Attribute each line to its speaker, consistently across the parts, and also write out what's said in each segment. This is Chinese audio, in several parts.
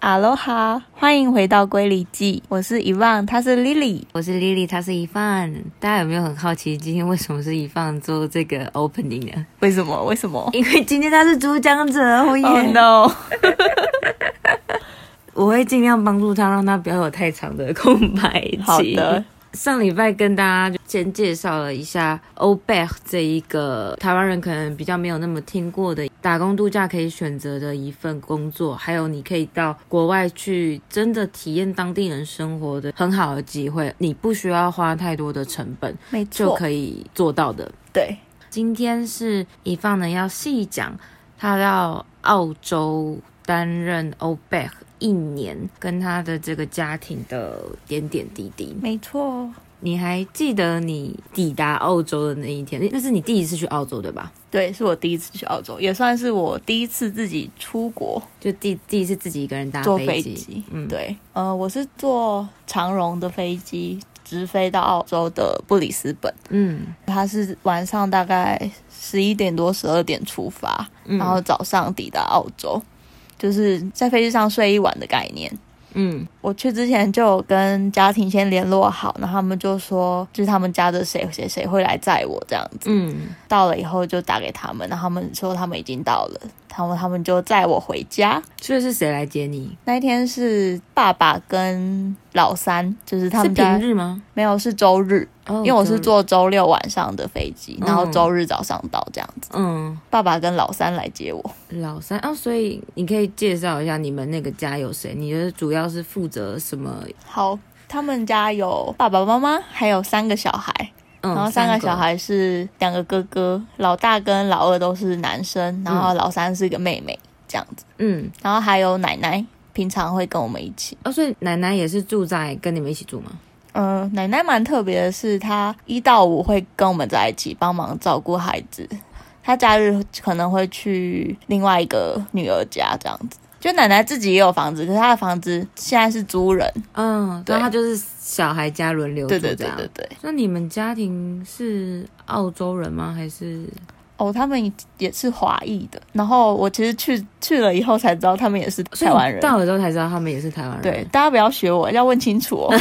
Speaker 1: 阿罗哈，欢迎回到《归离记》，我是遗忘，他是 Lily。
Speaker 2: 我是 Lily，她是一范。大家有没有很好奇今天为什么是一放做这个 opening 呢？
Speaker 1: 为什么？为什么
Speaker 2: 因为今天她是主讲者，我也、
Speaker 1: ？Oh no！
Speaker 2: 我会尽量帮助她，让她不要有太长的空白期。
Speaker 1: 好的，
Speaker 2: 上礼拜跟大家先介绍了一下 OBEC 这一个台湾人可能比较没有那么听过的打工度假可以选择的一份工作，还有你可以到国外去真的体验当地人生活的很好的机会，你不需要花太多的成本
Speaker 1: 没
Speaker 2: 就
Speaker 1: 错，
Speaker 2: 可以做到的。
Speaker 1: 对，
Speaker 2: 今天是以放呢要细讲他到澳洲担任 OBEC 一年，跟他的这个家庭的点点滴滴。
Speaker 1: 没错，
Speaker 2: 你还记得你抵达澳洲的那一天？那是你第一次去澳洲对吧？
Speaker 1: 对，是我第一次去澳洲，也算是我第一次自己出国
Speaker 2: 就第第一次自己一个人搭
Speaker 1: 坐
Speaker 2: 飞
Speaker 1: 飞
Speaker 2: 机，
Speaker 1: 机。
Speaker 2: 嗯，
Speaker 1: 对，呃，我是坐长荣的飞机，直飞到澳洲的布里斯本。
Speaker 2: 嗯，
Speaker 1: 它是晚上大概十一点多、十二点出发，
Speaker 2: 嗯
Speaker 1: 然后早上抵达澳洲，就是在飞机上睡一晚的概念。
Speaker 2: 嗯，
Speaker 1: 我去之前就有跟家庭先联络好，然后他们就说，就是他们家的谁谁谁会来载我这样子。
Speaker 2: 嗯，
Speaker 1: 到了以后就打给他们，然后他们说他们已经到了，然后他们就载我回家。
Speaker 2: 所以是谁来接你？
Speaker 1: 那一天是爸爸跟老三，就是他
Speaker 2: 是
Speaker 1: 们家
Speaker 2: 平日吗？
Speaker 1: 没有是周日，
Speaker 2: 哦，
Speaker 1: 因为我是
Speaker 2: 周日，
Speaker 1: 坐周六晚上的飞机，
Speaker 2: 嗯
Speaker 1: 然后周日早上到这样子。
Speaker 2: 嗯，
Speaker 1: 爸爸跟老三来接我，
Speaker 2: 老三哦，所以你可以介绍一下你们那个家有谁？你的主要是负责什么？
Speaker 1: 好。他们家有爸爸妈妈，还有三个小孩，
Speaker 2: 嗯，
Speaker 1: 然后三
Speaker 2: 三
Speaker 1: 个小，孩是两个哥哥，老大跟老二都是男生，然后老三是一个妹妹这样子，
Speaker 2: 嗯，
Speaker 1: 然后还有奶奶，平常会跟我们一起。
Speaker 2: 哦，所以奶奶也是住在跟你们一起住吗？
Speaker 1: 嗯、奶奶蛮特别的是，她一到五会跟我们在一起帮忙照顾孩子，她假日可能会去另外一个女儿家这样子。就奶奶自己也有房子，可是她的房子现在是租人。
Speaker 2: 嗯，
Speaker 1: 对
Speaker 2: 对，他就是小孩家轮流住
Speaker 1: 对
Speaker 2: 这
Speaker 1: 对
Speaker 2: 样。
Speaker 1: 对对对。
Speaker 2: 那你们家庭是澳洲人吗？还是
Speaker 1: 哦，他们也是华裔的。然后我其实去去了以后才知道，他们也是
Speaker 2: 所
Speaker 1: 台
Speaker 2: 以你
Speaker 1: 湾人。
Speaker 2: 到了之后才知道他们也是台湾人。
Speaker 1: 对，，大家不要学我，要问清楚 哦。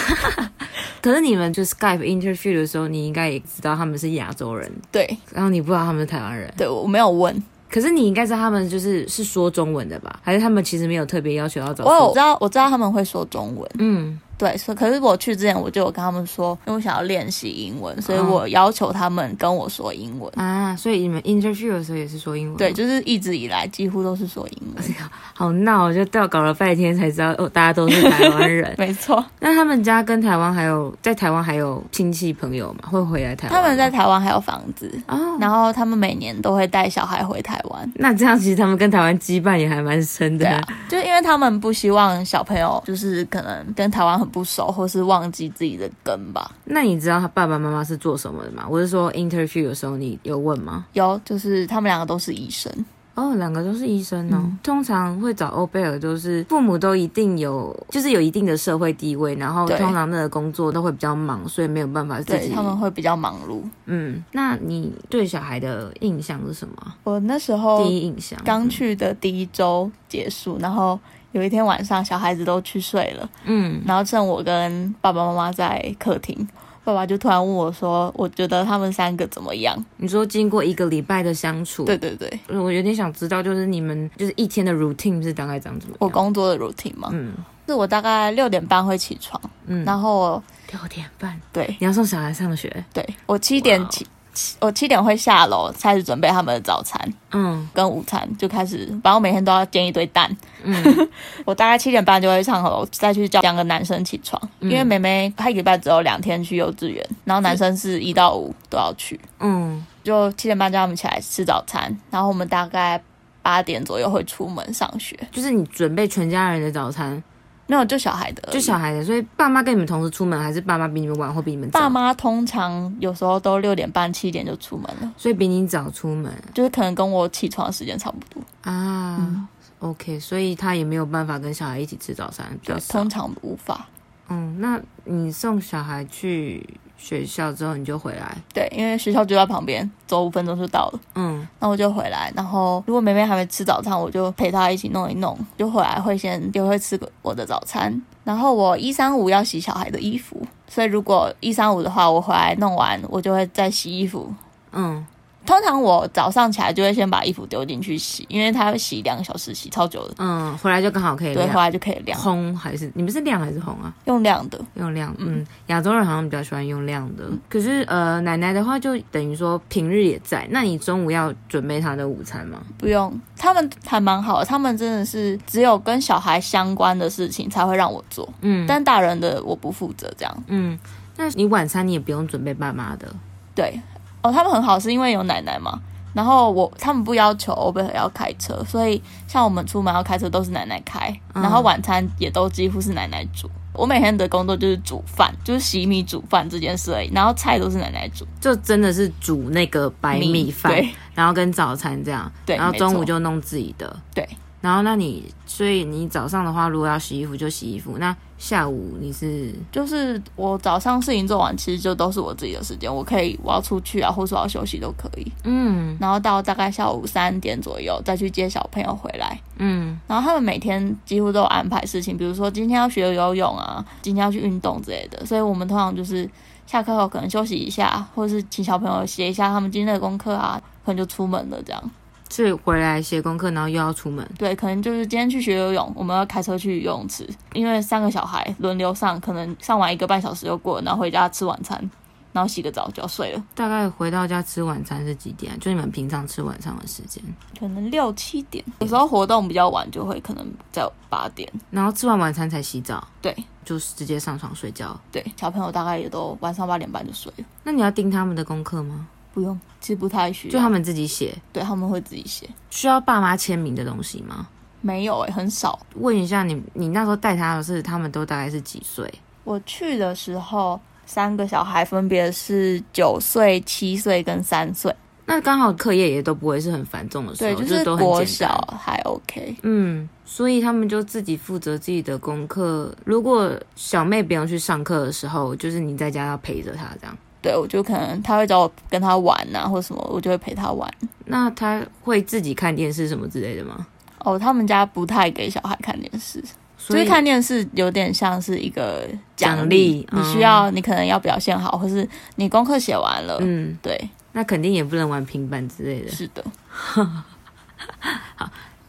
Speaker 2: 可是你们就 Skype interview 的时候，你应该也知道他们是亚洲人，
Speaker 1: 对
Speaker 2: 然后你不知道他们是台湾人。
Speaker 1: 对，我没有问，
Speaker 2: 可是你应该知道他们就是是说中文的吧？还是他们其实没有特别要求要找
Speaker 1: 我有
Speaker 2: 说
Speaker 1: 知道我知道他们会说中文，
Speaker 2: 嗯
Speaker 1: 对，所以可是我去之前我就有跟他们说，因为我想要练习英文，所以
Speaker 2: 嗯
Speaker 1: 我要求他们跟我说英文。
Speaker 2: 啊，所以你们 interview 的时候也是说英文吗，
Speaker 1: 对，就是一直以来几乎都是说英
Speaker 2: 哎
Speaker 1: 文，。
Speaker 2: 好闹，就到搞了半天才知道哦，大家都是台湾人
Speaker 1: 没错。
Speaker 2: 那他们家跟台湾还有在台湾还有亲戚朋友嘛，会回来台湾
Speaker 1: 他
Speaker 2: 吗？
Speaker 1: 们在台湾还有房子，
Speaker 2: 哦，
Speaker 1: 然后他们每年都会带小孩回台湾。
Speaker 2: 那这样其实他们跟台湾羁绊也还蛮深的
Speaker 1: 对啊，就是因为他们不希望小朋友就是可能跟台湾很不熟，或是忘记自己的根吧。
Speaker 2: 那你知道他爸爸妈妈是做什么的吗？我是说 interview 的时候你有问吗？
Speaker 1: 有，就是他们两个都是医生。
Speaker 2: 哦，两个都是医生哦。
Speaker 1: 嗯
Speaker 2: 通常会找欧贝尔，都是父母都一定有，就是有一定的社会地位，然后
Speaker 1: 对
Speaker 2: 通常那个工作都会比较忙，所以没有办法自
Speaker 1: 对
Speaker 2: 己。
Speaker 1: 他们会比较忙碌。
Speaker 2: 嗯，那你对小孩的印象是什么啊？
Speaker 1: 我那时候
Speaker 2: 第一嗯印象
Speaker 1: 哦刚，去的第一周结束，然后有一天晚上小孩子都去睡了，
Speaker 2: 嗯
Speaker 1: 然后剩我跟爸爸妈妈在客厅。爸爸就突然问我说：“我觉得他们三个怎么样
Speaker 2: 你说经过一个礼拜的相？”处，
Speaker 1: 对，对对，
Speaker 2: 我有点想知道，就是你们就是一天的 routine 是大概长怎么样？
Speaker 1: 我工作的 routine 嘛，
Speaker 2: 嗯
Speaker 1: 是我大概六点半会起床，
Speaker 2: 嗯，
Speaker 1: 然后我
Speaker 2: 六点半
Speaker 1: 对
Speaker 2: 你要送小孩上学，
Speaker 1: 对，我七点
Speaker 2: 哇哦
Speaker 1: 起，起我七点会下楼开始准备他们的早餐
Speaker 2: 嗯
Speaker 1: 跟午餐，就开始，反正我每天都要煎一堆蛋，
Speaker 2: 嗯。
Speaker 1: 我大概七点半就会上楼，再去叫两个男生起床，
Speaker 2: 嗯
Speaker 1: 因为妹妹她一礼拜只有两天去幼稚园，然后男生是一到五都要去，
Speaker 2: 嗯，
Speaker 1: 就七点半叫他们起来吃早餐，然后我们大概八点左右会出门上学，
Speaker 2: 就是你准备全家人的早餐，
Speaker 1: 没有就小孩的而已，
Speaker 2: 就小孩啊的，所以爸妈跟你们同时出门，还是爸妈比你们晚或比你们早？
Speaker 1: 爸，妈通常有时候都六点半七点就出门了，
Speaker 2: 所以比你早出门
Speaker 1: 就是可能跟我起床的时间差不多，
Speaker 2: 啊。OK，所以他也没有办法跟小孩一起吃早餐，比
Speaker 1: 对
Speaker 2: 较，少
Speaker 1: 通。常无法。
Speaker 2: 嗯，那你送小孩去学校之后你就回来。
Speaker 1: 对，因为学校就在旁边，走五分钟就到了。
Speaker 2: 嗯，
Speaker 1: 那我就回来，然后如果梅梅还没吃早餐，我就陪她一起弄一弄，就回来会先也会吃个我的早餐。然后我一三五要洗小孩的衣服，所以如果一三五的话，我回来弄完，我就会再洗衣服。
Speaker 2: 嗯，
Speaker 1: 通常我早上起来就会先把衣服丢进去洗，因为它会洗两个小时，洗超久的，
Speaker 2: 嗯，回来就刚好可以
Speaker 1: 对，
Speaker 2: 晾
Speaker 1: 回来就可以晾，
Speaker 2: 烘还是你们是晾还是烘啊？
Speaker 1: 用晾的。
Speaker 2: 用晾，嗯，亚洲人好像比较喜欢用晾的。
Speaker 1: 嗯
Speaker 2: 可是呃，奶奶的话就等于说平日也在，那你中午要准备她的午餐吗？
Speaker 1: 不用，他们还蛮好的，他们真的是只有跟小孩相关的事情才会让我做，
Speaker 2: 嗯，
Speaker 1: 但大人的我不负责这样。
Speaker 2: 嗯，那你晚餐你也不用准备爸妈的，
Speaker 1: 对，哦，他们很好，是因为有奶奶嘛。然后我他们不要求欧贝尔要开车，所以像我们出门要开车都是奶奶开，
Speaker 2: 嗯
Speaker 1: 然后晚餐也都几乎是奶奶煮。我每天的工作就是煮饭，就是洗米煮饭这件事而已，然后菜都是奶奶煮。
Speaker 2: 就真的是煮那个白米饭，
Speaker 1: 对
Speaker 2: 然后跟早餐这样，
Speaker 1: 对
Speaker 2: 然后中
Speaker 1: 没
Speaker 2: 午
Speaker 1: 错
Speaker 2: 就弄自己的，
Speaker 1: 对。
Speaker 2: 然后那你，所以你早上的话，如果要洗衣服就洗衣服，那下午你是
Speaker 1: 就是我早上事情做完，其实就都是我自己的时间，我可以我要出去啊，或是我要休息都可以。
Speaker 2: 嗯
Speaker 1: 然后到大概下午三点左右再去接小朋友回来。
Speaker 2: 嗯
Speaker 1: 然后他们每天几乎都有安排事情，比如说今天要学游泳啊，今天要去运动之类的。所以我们通常就是下课后可能休息一下，或者是请小朋友写一下他们今天的功课啊，可能就出门了这样。
Speaker 2: 是回来写功课，然后又要出门，
Speaker 1: 对，可能就是今天去学游泳，我们要开车去游泳池，因为三个小孩轮流上，可能上完一个半小时就过了，然后回家吃晚餐，然后洗个澡就要睡了，
Speaker 2: 大概回到家吃晚餐是几点啊？就你们平常吃晚餐的时间，
Speaker 1: 可能六七点。有时候活动比较晚，就会可能在八点。
Speaker 2: 然后吃完晚餐才洗澡，
Speaker 1: 对，
Speaker 2: 就是直接上床睡觉。
Speaker 1: 对，小朋友大概也都晚上八点半就睡了，
Speaker 2: 那你要盯他们的功课吗？
Speaker 1: 不用，其实不太需要。
Speaker 2: 就他们自己写，
Speaker 1: 对他们会自己写，
Speaker 2: 需要爸妈签名的东西吗？
Speaker 1: 没有诶、很少。
Speaker 2: 问一下你，你那时候带他的是他们都大概是几岁？
Speaker 1: 我去的时候，三个小孩分别是九岁、七岁跟三岁，
Speaker 2: 那刚好课业也都不会是很繁重的时候，
Speaker 1: 对，就
Speaker 2: 就是都很
Speaker 1: 国
Speaker 2: 简单
Speaker 1: 小。还 OK。
Speaker 2: 嗯，所以他们就自己负责自己的功课。如果小妹不用去上课的时候，就是你在家要陪着她这样。
Speaker 1: 对，我就可能他会找我跟他玩啊，或什么，我就会陪他玩。
Speaker 2: 那她会自己看电视什么之类的吗？
Speaker 1: 哦，他们家不太给小孩看电视，
Speaker 2: 所
Speaker 1: 所以
Speaker 2: 以
Speaker 1: 看电视有点像是一个
Speaker 2: 奖
Speaker 1: 励
Speaker 2: 励，嗯
Speaker 1: 你需要，你可能要表现好，或是你功课写完了，
Speaker 2: 嗯，
Speaker 1: 对，
Speaker 2: 那肯定也不能玩平板之类的。
Speaker 1: 是的，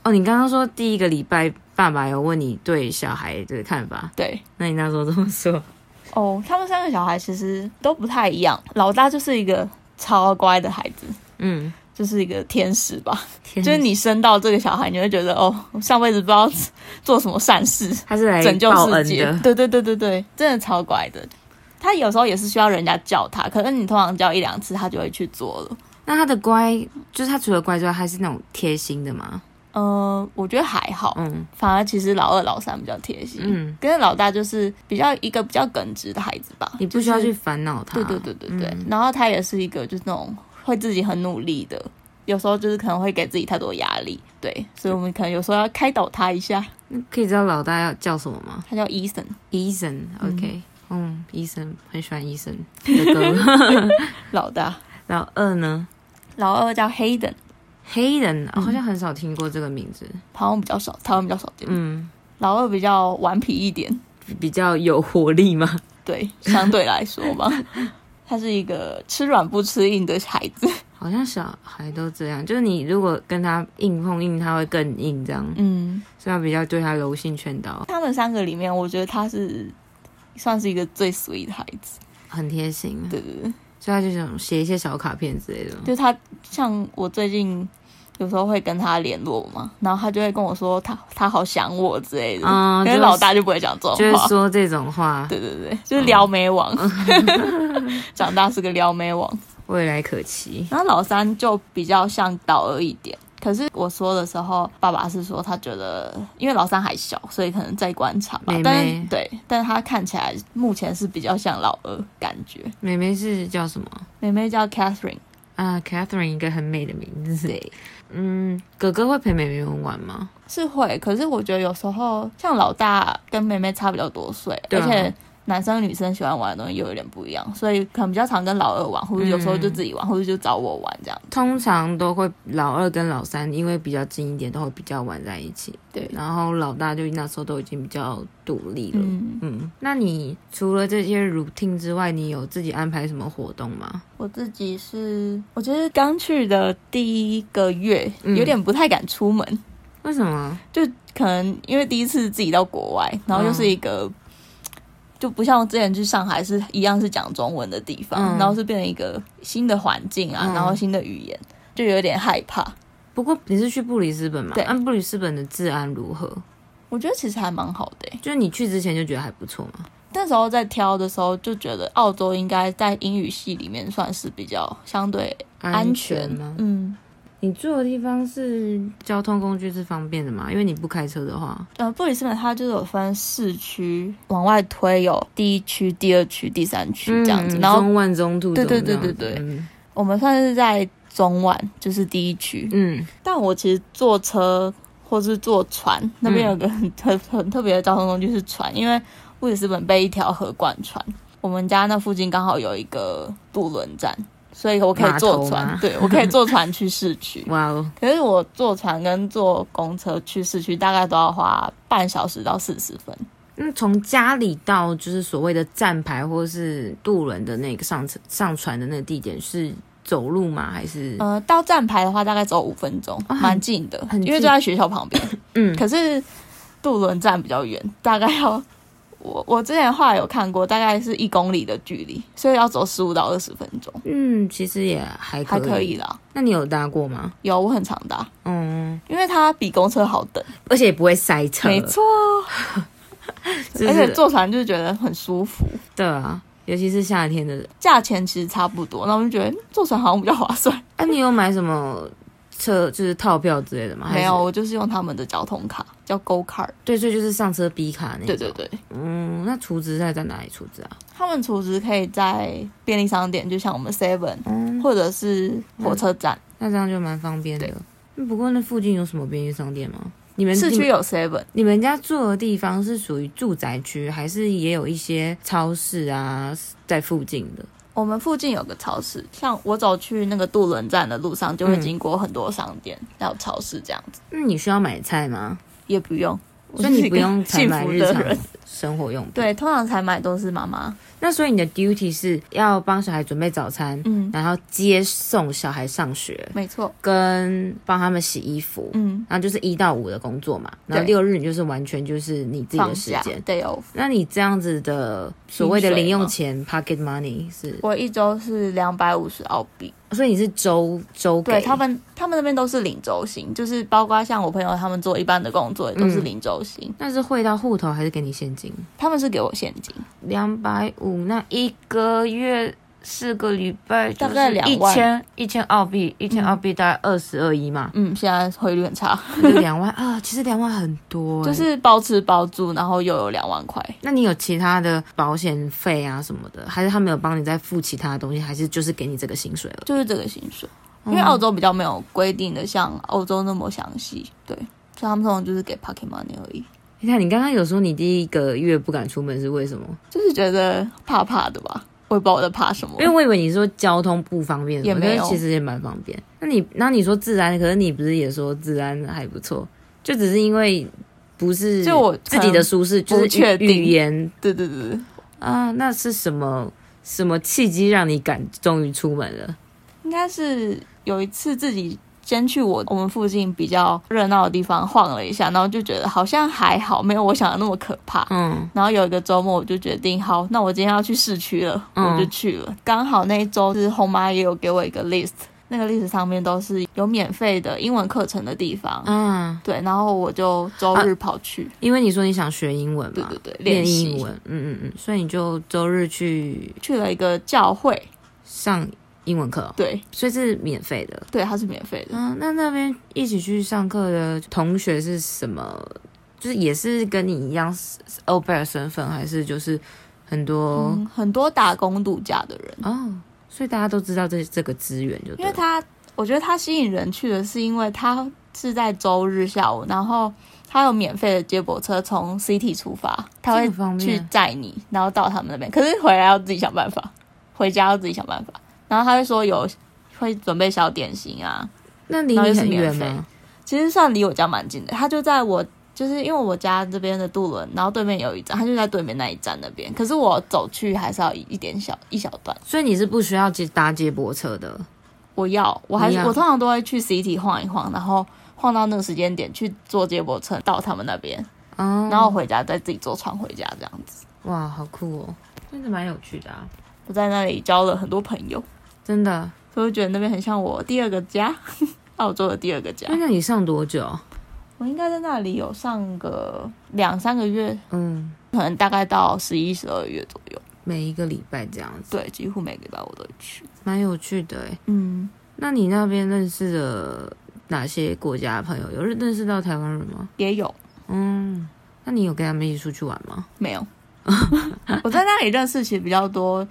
Speaker 2: 哦，你刚刚说第一个礼拜爸爸有问你对小孩的看法，
Speaker 1: 对。
Speaker 2: 那你那时候怎么说？
Speaker 1: 哦，他们三个小孩其实都不太一样，老大就是一个超乖的孩子。
Speaker 2: 嗯，
Speaker 1: 就是一个天使吧，
Speaker 2: 天
Speaker 1: 就是你生到这个小孩，你会觉得哦，我上辈子不知道做什么善事，
Speaker 2: 他是来
Speaker 1: 拯救
Speaker 2: 报
Speaker 1: 世
Speaker 2: 恩
Speaker 1: 界
Speaker 2: 的。。
Speaker 1: 对对对对对，真的超乖的。他有时候也是需要人家叫他，可是你通常叫一两次，他就会去做了。
Speaker 2: 那他的乖，就是他除了乖之外，还是那种贴心的嘛。
Speaker 1: 嗯、我觉得还好，
Speaker 2: 嗯
Speaker 1: 反而其实老二、老三比较贴心，
Speaker 2: 嗯，
Speaker 1: 跟老大就是比较一个比较耿直的孩子吧。
Speaker 2: 你不需要去烦恼他。
Speaker 1: 对对对对对，
Speaker 2: 嗯
Speaker 1: 然后他也是一个就是那种会自己很努力的，有时候就是可能会给自己太多压力，对，所以我们可能有时候要开导他一下。
Speaker 2: 那可以知道老大要叫什么吗
Speaker 1: 他叫 Eason，
Speaker 2: ？Eason，OK，嗯，医生很喜欢医生的 歌。
Speaker 1: 老大，
Speaker 2: 然后二呢，
Speaker 1: 老二叫 Hayden，
Speaker 2: 黑人哦好像很少听过这个名字。
Speaker 1: 台湾比较少，台湾比较少见。
Speaker 2: 嗯，
Speaker 1: 老二比较顽皮一点，
Speaker 2: 比较有活力嘛。
Speaker 1: 对，相对来说吧，他是一个吃软不吃硬的孩子。
Speaker 2: 好像小孩都这样，就是你如果跟他硬碰硬，他会更硬这样，
Speaker 1: 嗯，
Speaker 2: 所以要比较对他柔性劝导，
Speaker 1: 他们三个里面，我觉得他是算是一个最 sweet 的孩子。
Speaker 2: 很贴心。
Speaker 1: 对对对。
Speaker 2: 所以他就想写一些小卡片之类的。
Speaker 1: 就他像我最近有时候会跟他联络嘛，然后他就会跟我说他他好想我之类的，
Speaker 2: 嗯
Speaker 1: 因
Speaker 2: 就
Speaker 1: 为
Speaker 2: 是
Speaker 1: 老大就不会讲这种
Speaker 2: 就是
Speaker 1: 话。
Speaker 2: 说这种话，
Speaker 1: 对对对，就是撩妹王，
Speaker 2: 嗯
Speaker 1: 长大是个撩妹王。
Speaker 2: 未来可期。
Speaker 1: 然后老三就比较像老二一点，可是我说的时候，爸爸是说他觉得，因为老三还小，所以可能在观察吧。
Speaker 2: 妹妹
Speaker 1: 但是对，但是他看起来目前是比较像老二感觉。
Speaker 2: 妹妹是叫什么
Speaker 1: 妹妹叫 Catherine，
Speaker 2: 啊？Catherine，一个很美的名字。
Speaker 1: 对，
Speaker 2: 嗯，哥哥会陪妹妹玩吗？
Speaker 1: 是会，可是我觉得有时候像老大跟妹妹差比较多岁，
Speaker 2: 对啊
Speaker 1: 而且男生女生喜欢玩的东西又有点不一样，所以可能比较常跟老二玩，或者有时候就自己玩，或者就找我玩这样。
Speaker 2: 通常都会老二跟老三，因为比较近一点，都会比较玩在一起。
Speaker 1: 对，
Speaker 2: 然后老大就那时候都已经比较独立了。嗯
Speaker 1: 嗯，
Speaker 2: 那你除了这些 routine 之外，你有自己安排什么活动吗？
Speaker 1: 我自己是，我觉得刚去的第一个月
Speaker 2: 嗯
Speaker 1: 有点不太敢出门，
Speaker 2: 为什么？
Speaker 1: 就可能因为第一次自己到国外，然后又是一个、
Speaker 2: 嗯
Speaker 1: 就不像我之前去上海是一样是讲中文的地方，
Speaker 2: 嗯
Speaker 1: 然后是变成一个新的环境啊，
Speaker 2: 嗯
Speaker 1: 然后新的语言，就有点害怕。
Speaker 2: 不过你是去布里斯本嘛？
Speaker 1: 对
Speaker 2: 按布里斯本的治安如何？
Speaker 1: 我觉得其实还蛮好的欸、
Speaker 2: 就是你去之前就觉得还不错嘛？
Speaker 1: 那时候在挑的时候就觉得澳洲应该在英语系里面算是比较相对安全
Speaker 2: 吗？
Speaker 1: 嗯，
Speaker 2: 你住的地方是交通工具是方便的嘛？因为你不开车的话，
Speaker 1: 呃，布里斯本它就是有分市区往外推，有第一区、第二区、第三区这样子。
Speaker 2: 嗯
Speaker 1: 然后
Speaker 2: 中万中途
Speaker 1: 对对
Speaker 2: 这样子
Speaker 1: 对对对
Speaker 2: 嗯
Speaker 1: 我们算是在中晚，就是第一区。
Speaker 2: 嗯，
Speaker 1: 但我其实坐车或是坐船，那边有
Speaker 2: 嗯
Speaker 1: 个很特、很特别的交通工具是船，因为布里斯本被一条河贯穿。我们家那附近刚好有一个渡轮站，所以我可以坐
Speaker 2: 码头
Speaker 1: 船
Speaker 2: 吗，。
Speaker 1: 对我可以坐船去市区
Speaker 2: 哇哦，
Speaker 1: 可是我坐船跟坐公车去市区，大概都要花半小时到四十分。
Speaker 2: 那从家里到就是所谓的站牌或是渡轮的那个上车上船的那个地点是走路吗？还是
Speaker 1: 呃，到站牌的话大概走五分钟，
Speaker 2: 哦很
Speaker 1: 蛮近的，
Speaker 2: 很近
Speaker 1: 因为就在学校旁边。
Speaker 2: 嗯
Speaker 1: 可是渡轮站比较远，大概要我我之前画有看过，大概是一公里的距离，所以要走十五到二十分钟，
Speaker 2: 嗯，其实也还
Speaker 1: 还
Speaker 2: 可以
Speaker 1: 可以啦。
Speaker 2: 那你有搭过吗？
Speaker 1: 有我很常搭，
Speaker 2: 嗯，
Speaker 1: 因为它比公车好等，
Speaker 2: 而且也不会塞车，
Speaker 1: 没错。
Speaker 2: 就 是，
Speaker 1: 而且坐船就觉得很舒服，
Speaker 2: 对啊，尤其是夏天的。
Speaker 1: 价钱其实差不多，那我就觉得嗯坐船好像比较划算。
Speaker 2: 啊，你有买什么车就是套票之类的吗？还是
Speaker 1: 没有，，我就是用他们的交通卡，叫 Go Card。
Speaker 2: 对，所以就是上车 B 卡那种
Speaker 1: 对对，对，
Speaker 2: 嗯，那储值在在哪里储值啊？
Speaker 1: 他们厨师可以在便利商店，就像我们 Seven
Speaker 2: 嗯，
Speaker 1: 或者是火车站，
Speaker 2: 那这样就蛮方便的。嗯不过那附近有什么便利商店吗？你们
Speaker 1: 市
Speaker 2: 你们
Speaker 1: 区有 Seven。
Speaker 2: 你们家住的地方是属于住宅区，还是也有一些超市啊在附近的？
Speaker 1: 我们附近有个超市，像我走去那个渡轮站的路上，就会经过很多商店，还有超市这样子，
Speaker 2: 那你需要买菜吗？
Speaker 1: 也不用，
Speaker 2: 所以你不用
Speaker 1: 我是
Speaker 2: 采
Speaker 1: 一个
Speaker 2: 买
Speaker 1: 幸福
Speaker 2: 日
Speaker 1: 的
Speaker 2: 常
Speaker 1: 人。
Speaker 2: 生活用品。，
Speaker 1: 对，通常采买都是妈妈，
Speaker 2: 那所以你的 duty 是要帮小孩准备早餐，
Speaker 1: 嗯，
Speaker 2: 然后接送小孩上学，
Speaker 1: 没错，
Speaker 2: 跟帮他们洗衣服，
Speaker 1: 嗯，
Speaker 2: 然后就是一到五的工作嘛。
Speaker 1: 对
Speaker 2: 然后六日你就是完全就是你自己
Speaker 1: 放
Speaker 2: 的时
Speaker 1: 假
Speaker 2: 间。
Speaker 1: day off。
Speaker 2: 那你这样子的所谓的
Speaker 1: 薪水
Speaker 2: 零用
Speaker 1: 吗
Speaker 2: 钱 pocket money 是，
Speaker 1: 我一周是两百五十澳币，
Speaker 2: 所以你是周周给
Speaker 1: 对他们，他们那边都是领周薪，就是包括像我朋友他们做一般的工作也都是
Speaker 2: 嗯
Speaker 1: 领周薪，
Speaker 2: 那是汇到户头还是给你现金？
Speaker 1: 他们是给我现金，
Speaker 2: 两百五，那一个月四个礼拜
Speaker 1: 大概
Speaker 2: 一
Speaker 1: 2
Speaker 2: 千
Speaker 1: 万
Speaker 2: 一千澳币，一千澳币大概二十二一嘛，
Speaker 1: 嗯，现在汇率很差，
Speaker 2: 就两万啊，其实两万很多欸、
Speaker 1: 就是包吃包住，然后又有两万块，
Speaker 2: 那你有其他的保险费啊什么的，还是他没有帮你再付其他的东西，还是就是给你这个薪水了？
Speaker 1: 就是这个薪水。
Speaker 2: 嗯
Speaker 1: 因为澳洲比较没有规定的像欧洲那么详细，对，所以他们通常就是给 pocket money 而已，
Speaker 2: 你看，你刚刚有说你第一个月不敢出门是为什么？
Speaker 1: 就是觉得怕怕的吧，我也不知道我在怕什么
Speaker 2: 因为。我以为你说交通不方便
Speaker 1: 也
Speaker 2: 什么，
Speaker 1: 没有
Speaker 2: 但是其实也蛮方便。那你那你说治安，可是你不是也说治安还不错，就只是因为不是
Speaker 1: 就我
Speaker 2: 自己的舒适，就是
Speaker 1: 不确
Speaker 2: 语
Speaker 1: 定
Speaker 2: 语言
Speaker 1: 对对对对，
Speaker 2: 啊，那是什么什么契机让你敢终于出门了？
Speaker 1: 应该是有一次自己先去我我们附近比较热闹的地方晃了一下，然后就觉得好像还好，没有我想的那么可怕。
Speaker 2: 嗯，
Speaker 1: 然后有一个周末，我就决定，好，那我今天要去市区了，
Speaker 2: 嗯
Speaker 1: 我就去了。刚好那一周是红妈也有给我一个 list，那个 list 上面都是有免费的英文课程的地方，
Speaker 2: 啊，
Speaker 1: 对，然后我就周日跑去，
Speaker 2: 因为你说你想学英文
Speaker 1: 对
Speaker 2: 嘛，
Speaker 1: 对对，
Speaker 2: 啊练
Speaker 1: 习
Speaker 2: 英文，嗯嗯嗯，所以你就周日去
Speaker 1: 去了一个教会，
Speaker 2: 上英文课哦、
Speaker 1: 对
Speaker 2: 所以是免费的。
Speaker 1: 对，它是免费的，
Speaker 2: 嗯，那那边一起去上课的同学是什么？就是也是跟你一样是是欧贝尔身份，还是就是很多、
Speaker 1: 嗯，很多打工度假的人，
Speaker 2: 哦？所以大家都知道这这个资源就
Speaker 1: 因
Speaker 2: 对
Speaker 1: 为
Speaker 2: 了。
Speaker 1: 他我觉得他吸引人去的是因为他是在周日下午，然后他有免费的接驳车从 City 出发，他
Speaker 2: 这么方
Speaker 1: 会
Speaker 2: 便
Speaker 1: 去载你，然后到他们那边。可是回来要自己想办法，回家要自己想办法。然后他会说有会准备小点心啊，
Speaker 2: 那离
Speaker 1: 然后又
Speaker 2: 你
Speaker 1: 是
Speaker 2: 很
Speaker 1: 免
Speaker 2: 远
Speaker 1: 费
Speaker 2: 吗？
Speaker 1: 其实算离我家蛮近的，他就在我就是因为我家这边的渡轮，然后对面有一站，他就在对面那一站那边。可是我走去还是要一一点小一小段。
Speaker 2: 所以你是不需要接搭接驳车的。
Speaker 1: 我要，我还
Speaker 2: 你
Speaker 1: 是
Speaker 2: 要
Speaker 1: 我通常都会去 CT 晃一晃，然后晃到那个时间点去坐接驳车到他们那边，
Speaker 2: 哦，
Speaker 1: 然后回家再自己坐船回家这样子。
Speaker 2: 哇，好酷哦，真的蛮有趣的啊，
Speaker 1: 我在那里交了很多朋友，
Speaker 2: 真的。
Speaker 1: 所以我觉得那边很像我第二个家， 澳洲的第二个家
Speaker 2: 哎。那你上多久？
Speaker 1: 我应该在那里有上个两三个月，
Speaker 2: 嗯，
Speaker 1: 可能大概到十一、十二月左右。
Speaker 2: 每一个礼拜这样子，
Speaker 1: 对，几乎每个礼拜我都会去。
Speaker 2: 蛮有趣的哎。
Speaker 1: 嗯，
Speaker 2: 那你那边认识的哪些国家的朋友？有认识到台湾人吗？
Speaker 1: 也有
Speaker 2: 嗯，那你有跟他们一起出去玩吗？
Speaker 1: 没有？ 我在那里认识其实比较多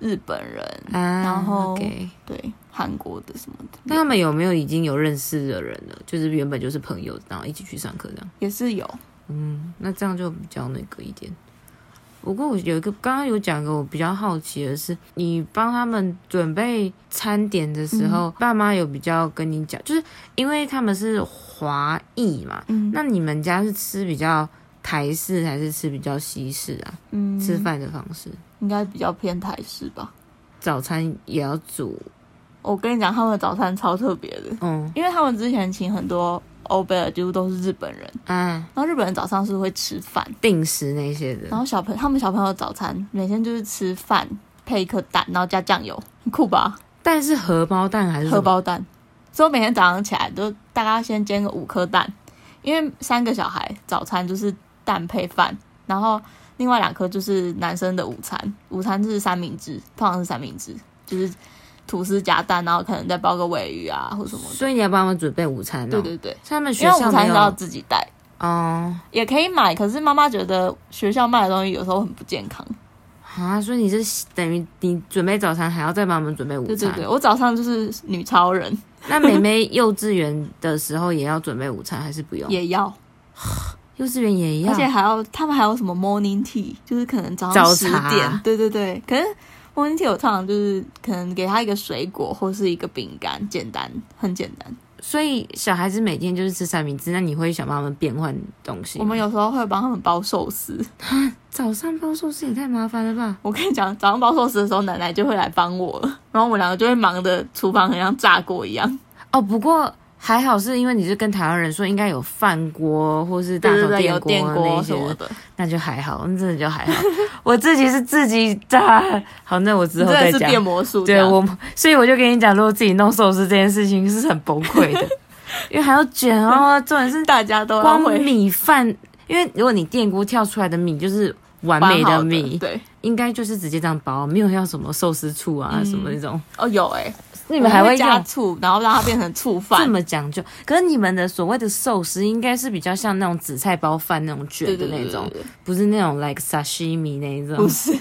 Speaker 1: 日本人，
Speaker 2: 啊，
Speaker 1: 然后
Speaker 2: OK，
Speaker 1: 对韩国的什么的。
Speaker 2: 那他们有没有已经有认识的人了？就是原本就是朋友，然后一起去上课这样。
Speaker 1: 也是有，
Speaker 2: 嗯，那这样就比较那个一点。不过我有一个刚刚有讲一个我比较好奇的是，你帮他们准备餐点的时候，
Speaker 1: 嗯
Speaker 2: 爸妈有比较跟你讲，就是因为他们是华裔嘛，
Speaker 1: 嗯
Speaker 2: 那你们家是吃比较台式还是吃比较西式啊？
Speaker 1: 嗯，
Speaker 2: 吃饭的方式，
Speaker 1: 应该比较偏台式吧。
Speaker 2: 早餐也要煮，
Speaker 1: 我跟你讲，他们的早餐超特别的，
Speaker 2: 嗯
Speaker 1: 因为他们之前请很多欧贝尔，几乎都是日本人，
Speaker 2: 啊，
Speaker 1: 然后日本人早上是会吃饭，
Speaker 2: 定时那些的
Speaker 1: 然，后小朋他们小朋友的早餐每天就是吃饭配一颗蛋，然后加酱油，很酷吧？
Speaker 2: 但是荷包蛋还是什
Speaker 1: 荷
Speaker 2: 么
Speaker 1: 包蛋，所以我每天早上起来都大概先煎个五颗蛋，因为三个小孩早餐就是蛋配饭，然后另外两颗就是男生的午餐，午餐就是三明治，通常是三明治，就是吐司夹蛋，然后可能再包个尾鱼啊或什么的。
Speaker 2: 所以你要帮他们准备午餐、哦，
Speaker 1: 对对对，
Speaker 2: 所以他们学
Speaker 1: 因为午
Speaker 2: 校没
Speaker 1: 餐都要
Speaker 2: 有
Speaker 1: 自己带，
Speaker 2: 哦
Speaker 1: 也可以买，可是妈妈觉得学校卖的东西有时候很不健康。
Speaker 2: 啊，所以你是等于你准备早餐，还要再帮他们准备午
Speaker 1: 对
Speaker 2: 餐。
Speaker 1: 对对，我早上就是女超人，
Speaker 2: 那妹妹幼稚园的时候也要准备午餐，还是不用？
Speaker 1: 也要，
Speaker 2: 幼稚园也要，
Speaker 1: 而且还要他们还有什么 morning tea，就是可能早
Speaker 2: 早
Speaker 1: 上十
Speaker 2: 茶
Speaker 1: 点，对对对。可是 morning tea 我通常就是可能给他一个水果或是一个饼干，简单，很简单。
Speaker 2: 所以小孩子每天就是吃三明治，那你会想帮他们变换东西吗？
Speaker 1: 我们有时候会帮他们包寿司。
Speaker 2: 早上包寿司也太麻烦了吧？
Speaker 1: 我跟你讲，早上包寿司的时候，奶奶就会来帮我 了，然后我们两个就会忙的厨房很像炸锅一样。
Speaker 2: 哦，不过还好是因为你是跟台湾人说应该有饭锅或是大
Speaker 1: 对
Speaker 2: 手
Speaker 1: 对对，有
Speaker 2: 电
Speaker 1: 电
Speaker 2: 那
Speaker 1: 锅
Speaker 2: 些
Speaker 1: 什么
Speaker 2: 的，
Speaker 1: 的，
Speaker 2: 那就还好，那真的就还好。 我自己是自己炸，好，那我之
Speaker 1: 真
Speaker 2: 后再
Speaker 1: 的是
Speaker 2: 讲。
Speaker 1: 变魔术。
Speaker 2: 对我，所以我就跟你讲，如果自己弄寿司这件事情是很崩溃的，因为还要卷哦，重点是
Speaker 1: 大家都要
Speaker 2: 光
Speaker 1: 会
Speaker 2: 米饭，因为如果你电锅跳出来的米就是完
Speaker 1: 蛮
Speaker 2: 美
Speaker 1: 好的
Speaker 2: 米，
Speaker 1: 对，
Speaker 2: 应该就是直接这样包，没有要什么寿司醋啊、什么那种，
Speaker 1: 哦有哎，
Speaker 2: 你
Speaker 1: 你
Speaker 2: 们还会
Speaker 1: 加
Speaker 2: 用
Speaker 1: 醋，然后让它变成醋
Speaker 2: 这
Speaker 1: 饭。
Speaker 2: 么讲究？可是你们的所谓的寿司应该是比较像那种紫菜包饭那种卷
Speaker 1: 对
Speaker 2: 的
Speaker 1: 对
Speaker 2: 那
Speaker 1: 对
Speaker 2: 种，嗯
Speaker 1: 对对
Speaker 2: 不是那种 like sashimi 那一
Speaker 1: 不
Speaker 2: 种。
Speaker 1: 是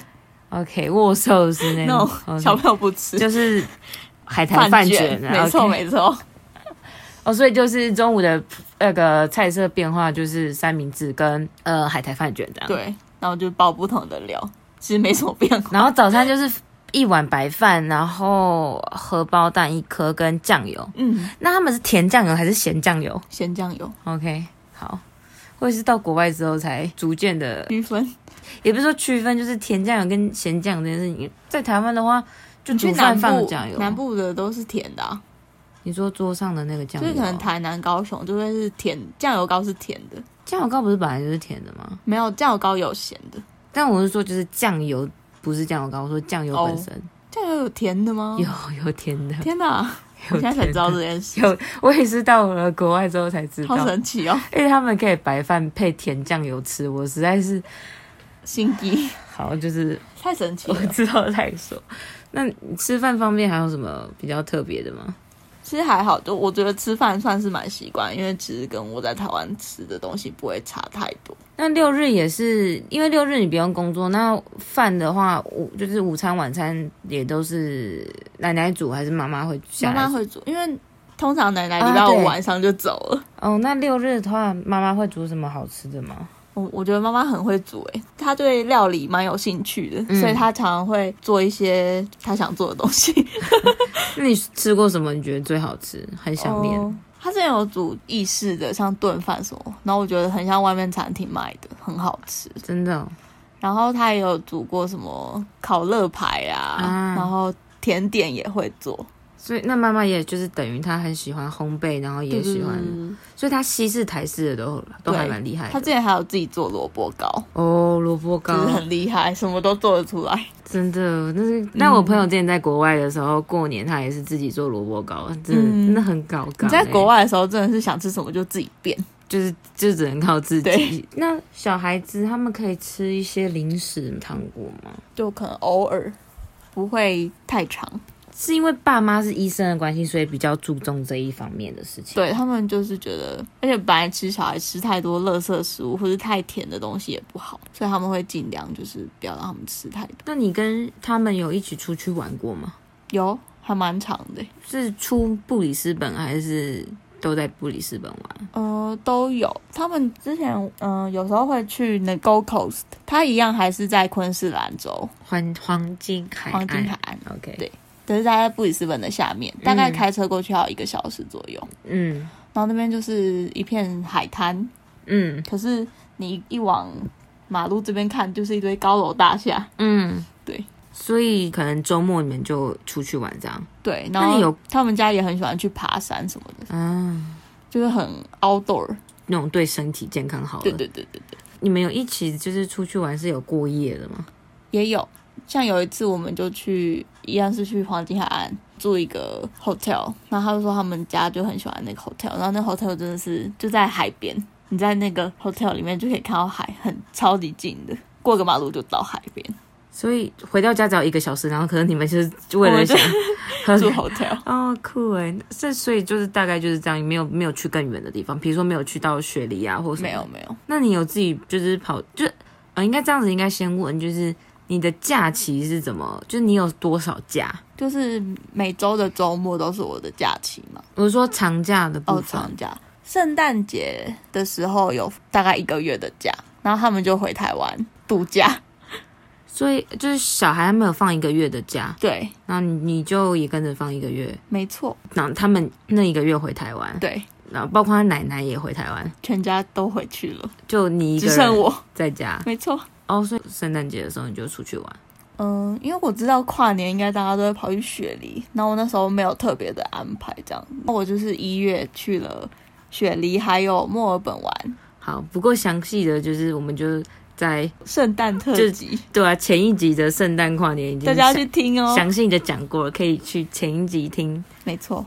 Speaker 2: OK，握寿司那
Speaker 1: 那
Speaker 2: 种
Speaker 1: 种
Speaker 2: OK，
Speaker 1: 小朋友不吃，
Speaker 2: 就是海苔饭卷，啊
Speaker 1: 没错
Speaker 2: OK
Speaker 1: 没错，
Speaker 2: 哦，所以就是中午的那个菜色变化就是三明治跟呃海苔饭卷这样。。
Speaker 1: 对，然后就包不同的料，其实没什么变化。嗯
Speaker 2: 然后早餐就是一碗白饭，然后荷包蛋一颗跟酱油。
Speaker 1: 嗯，
Speaker 2: 那他们是甜酱油还是咸酱油
Speaker 1: 咸酱油
Speaker 2: ？OK，好。我也是到国外之后才逐渐的，
Speaker 1: 区分，
Speaker 2: 也不是说区分，就是甜酱油跟咸酱油这件事情。在台湾的话，就
Speaker 1: 去
Speaker 2: 煮
Speaker 1: 南
Speaker 2: 饭放了
Speaker 1: 部
Speaker 2: 酱油。啊
Speaker 1: 南部的都是甜的啊，
Speaker 2: 你说桌上的那个酱
Speaker 1: 就
Speaker 2: 油，啊
Speaker 1: 是可能台南、高雄就会是甜，酱油膏是甜的，
Speaker 2: 酱油膏不是本来就是甜的吗？
Speaker 1: 没有酱油膏有咸的，
Speaker 2: 但我是说，就是酱油不是酱油膏，我说酱油本
Speaker 1: 哦
Speaker 2: 身、
Speaker 1: 酱油有甜的吗？，
Speaker 2: 有有 甜的，
Speaker 1: 天哪，我
Speaker 2: 有
Speaker 1: 现在才
Speaker 2: 甜
Speaker 1: 知道
Speaker 2: 的
Speaker 1: 这件事，
Speaker 2: 有，我也是到了国外之后才知
Speaker 1: 好
Speaker 2: 道，
Speaker 1: 神奇哦，
Speaker 2: 因为他们可以白饭配甜酱油吃，我实在是
Speaker 1: 新奇，
Speaker 2: 好就是
Speaker 1: 太神奇
Speaker 2: 我
Speaker 1: 了。
Speaker 2: 知道再说。那你吃饭方面还有什么比较特别的吗？
Speaker 1: 其实还好，就我觉得吃饭算是蛮习惯，因为其实跟我在台湾吃的东西不会差太多。
Speaker 2: 那六日也是，因为六日你不用工作，那饭的话，午就是午餐、晚餐也都是奶奶煮还是妈妈会下
Speaker 1: 妈妈
Speaker 2: 来煮？
Speaker 1: 会煮，因为通常奶奶礼拜
Speaker 2: 啊对
Speaker 1: 五晚上就走了。
Speaker 2: 哦，那六日的话，妈妈会煮什么好吃的吗？
Speaker 1: 我我觉得妈妈很会煮诶、她对料理蛮有兴趣的，
Speaker 2: 嗯
Speaker 1: 所以她常常会做一些她想做的东西。
Speaker 2: 那你吃过什么？你觉得最好吃？很想念。
Speaker 1: 哦她之前有煮意式的，像炖饭什么，然后我觉得很像外面餐厅卖的，很好吃。
Speaker 2: 真的哦、
Speaker 1: 然后她也有煮过什么烤乐排啊，
Speaker 2: 啊
Speaker 1: 然后甜点也会做，
Speaker 2: 所以那妈妈也就是等于她很喜欢烘焙，然后也喜欢，所以她西式、台式的都都
Speaker 1: 对
Speaker 2: 还蛮厉害
Speaker 1: 她之
Speaker 2: 的。
Speaker 1: 前还有自己做萝卜糕，
Speaker 2: 哦，萝卜糕
Speaker 1: 就是很厉害，什么都做得出来。
Speaker 2: 真的，但是那我朋友之前在国外的时候，过年她也是自己做萝卜糕，真的、
Speaker 1: 嗯
Speaker 2: 真的很搞
Speaker 1: 你
Speaker 2: 纲、
Speaker 1: 在
Speaker 2: 欸
Speaker 1: 国外的时候真的是想吃什么就自己变。
Speaker 2: 就是就只能靠自己
Speaker 1: 对。
Speaker 2: 那小孩子他们可以吃一些零食糖果吗？
Speaker 1: 就可能偶尔不会太长。
Speaker 2: 是因为爸妈是医生的关系，所以比较注重这一方面的事情。
Speaker 1: 对他们就是觉得，而且本来吃小孩吃太多垃圾食物或是太甜的东西也不好，所以他们会尽量就是不要让他们吃太多。
Speaker 2: 那你跟他们有一起出去玩过吗？
Speaker 1: 有还蛮长的，
Speaker 2: 是出布里斯本还是都在布里斯本玩？
Speaker 1: 呃，都有。他们之前嗯、呃有时候会去那 Go Coast，它一样还是在昆士兰州
Speaker 2: 黄黄金海岸。
Speaker 1: 黄金海岸，
Speaker 2: OK，
Speaker 1: 对可是它在布里斯本的下面，大概开车过去要一个小时左右。
Speaker 2: 嗯
Speaker 1: 然后那边就是一片海滩，
Speaker 2: 嗯
Speaker 1: 可是你一往马路这边看，就是一堆高楼大厦。
Speaker 2: 嗯，
Speaker 1: 对。
Speaker 2: 所以可能周末你们就出去玩这样。
Speaker 1: 对，
Speaker 2: 那
Speaker 1: 然
Speaker 2: 你
Speaker 1: 后
Speaker 2: 有
Speaker 1: 他们家也很喜欢去爬山什么的，
Speaker 2: 啊，
Speaker 1: 就是很 outdoor。
Speaker 2: 那种对身体健康好的。
Speaker 1: 对对对对对，
Speaker 2: 你们有一起就是出去玩是有过夜的吗？
Speaker 1: 也有。像有一次我们就去，一样是去黄金海岸住一个 hotel，然后他就说他们家就很喜欢那个 hotel，然后那 hotel 真的是就在海边，你在那个 hotel 里面就可以看到海，很超级近的，过个马路就到海 边。
Speaker 2: 所以回到家只要一个小时，然后可能你们就是
Speaker 1: 我
Speaker 2: 为了
Speaker 1: 们就
Speaker 2: 想 喝
Speaker 1: 住 hotel，
Speaker 2: 哦，酷哎，这所以就是大概就是这样，没有没有去更远的地方，比如说没有去到雪梨啊，或什么。
Speaker 1: 没有。没有，
Speaker 2: 那你有自己就是跑就呃，应该这样子，应该先问就是你的假期是怎么，就是你有多少假？
Speaker 1: 就是每周的周末都是我的假期嘛。
Speaker 2: 我是说长假的部
Speaker 1: 哦，
Speaker 2: 分。
Speaker 1: 长假，圣诞节的时候有大概一个月的假，然后他们就回台湾度假。
Speaker 2: 所以就是小孩他们有放一个月的假，
Speaker 1: 对，
Speaker 2: 然后你你就也跟着放一个月，
Speaker 1: 没错，
Speaker 2: 然后他们那一个月回台湾，
Speaker 1: 对，
Speaker 2: 然后包括他奶奶也回台湾，
Speaker 1: 全家都回去了，
Speaker 2: 就你一个
Speaker 1: 只
Speaker 2: 人
Speaker 1: 剩我，
Speaker 2: 在家。
Speaker 1: 没错。
Speaker 2: 哦，所以圣诞节的时候你就出去玩。
Speaker 1: 嗯，因为我知道跨年应该大家都会跑去雪梨，然后我那时候没有特别的安排这样，那我就是一月去了雪梨还有墨尔本玩
Speaker 2: 好，不过详细的就是我们就在
Speaker 1: 圣诞特辑，
Speaker 2: 对啊前一集的圣诞跨年已经
Speaker 1: 大家要去听哦。
Speaker 2: 详细的讲过了，可以去前一集听。
Speaker 1: 没错，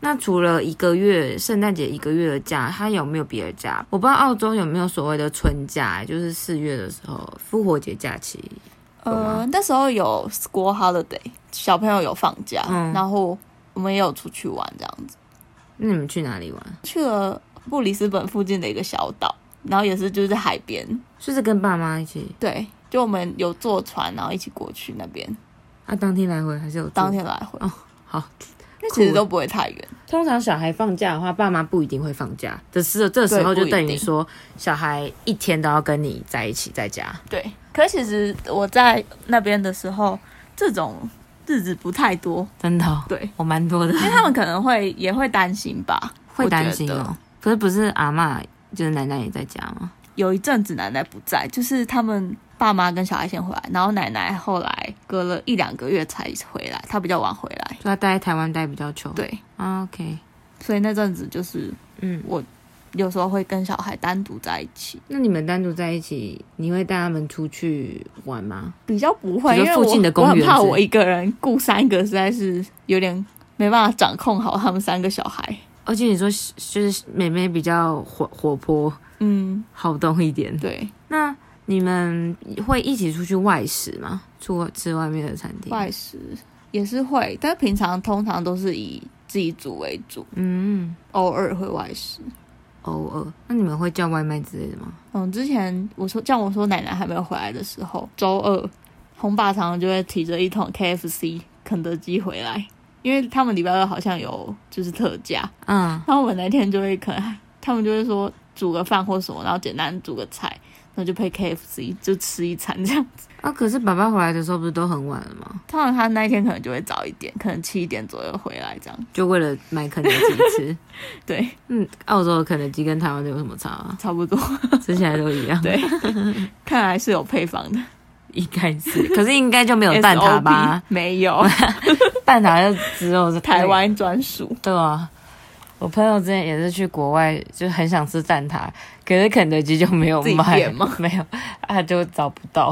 Speaker 2: 那除了一个月圣诞节一个月的假，它有没有别的假？我不知道澳洲有没有所谓的春假，就是四月的时候复活节假期。有吗
Speaker 1: 呃，那时候有 school holiday，小朋友有放假，
Speaker 2: 嗯
Speaker 1: 然后我们也有出去玩这样子。
Speaker 2: 那你们去哪里玩？
Speaker 1: 去了布里斯本附近的一个小岛，然后也是就是在海边，
Speaker 2: 就是跟爸妈一起
Speaker 1: 对，就我们有坐船，然后一起过去那边，
Speaker 2: 啊？当天来回还是有住
Speaker 1: 当？天来回，
Speaker 2: 哦好，
Speaker 1: 那其实都不会太远，
Speaker 2: 通常小孩放假的话，爸妈不一定会放假。这是这时候
Speaker 1: 对
Speaker 2: 就
Speaker 1: 不一定
Speaker 2: 等于说，小孩一天都要跟你在一起在家。
Speaker 1: 对。可是其实我在那边的时候，这种日子不太多，
Speaker 2: 真的、哦，
Speaker 1: 对，
Speaker 2: 我蛮 多的，
Speaker 1: 因为他们可能会也会担心吧，
Speaker 2: 会担心
Speaker 1: 我觉得
Speaker 2: 哦。可是不是阿嬷就是奶奶也在家吗？
Speaker 1: 有一阵子奶奶不在，就是他们爸妈跟小孩先回来，然后奶奶后来隔了一两个月才回来，她比较晚回来，
Speaker 2: 就她待在台湾待比较久。
Speaker 1: 对，
Speaker 2: 啊，OK，
Speaker 1: 所以那阵子就是
Speaker 2: 嗯，
Speaker 1: 有时候会跟小孩单独在一起，
Speaker 2: 那你们单独在一起，你会带他们出去玩吗？
Speaker 1: 比较不会，
Speaker 2: 比
Speaker 1: 因
Speaker 2: 如
Speaker 1: 为
Speaker 2: 附
Speaker 1: 我
Speaker 2: 近的公园
Speaker 1: 我很怕
Speaker 2: 之类
Speaker 1: 我一个人雇三个，实在是有点没办法掌控好他们三个小孩。
Speaker 2: 而且你说就是妹妹比较活活泼
Speaker 1: 嗯，
Speaker 2: 好动一点，
Speaker 1: 对，
Speaker 2: 那你们会一起出去外食吗？出吃外面的餐厅？
Speaker 1: 外食也是会，但平常通常都是以自己煮为主，
Speaker 2: 嗯，
Speaker 1: 偶尔会外食。
Speaker 2: 偶尔。那你们会叫外卖之类的吗？
Speaker 1: 嗯，之前我说像我说奶奶还没有回来的时候，周二红爸常常就会提着一桶 KFC 肯德基回来，因因为他们礼拜二好像有就是特价，
Speaker 2: 嗯，
Speaker 1: 然后我们那天就会可能他们就会说煮个饭或什么，然后简单煮个菜，然后就配 KFC 就吃一餐这样子。
Speaker 2: 啊，可是爸爸回来的时候不是都很晚了吗？
Speaker 1: 通常他那一天可能就会早一点，可能七点左右回来这样。
Speaker 2: 就为了买肯德基吃。
Speaker 1: 对，
Speaker 2: 嗯，澳洲的肯德基跟台湾的有什么差啊？
Speaker 1: 差不多。
Speaker 2: 吃起来都一样，
Speaker 1: 对，看来是有配方的。
Speaker 2: 应该是，可是应该就没有蛋挞
Speaker 1: SOP？
Speaker 2: 吧
Speaker 1: 没 有，
Speaker 2: 蛋挞就只有是
Speaker 1: 台湾专属。
Speaker 2: 对啊，我朋友之前也是去国外，就很想吃蛋挞，可是肯德基就没有
Speaker 1: 自己
Speaker 2: 卖
Speaker 1: 点吗？
Speaker 2: 没有，他就找不到。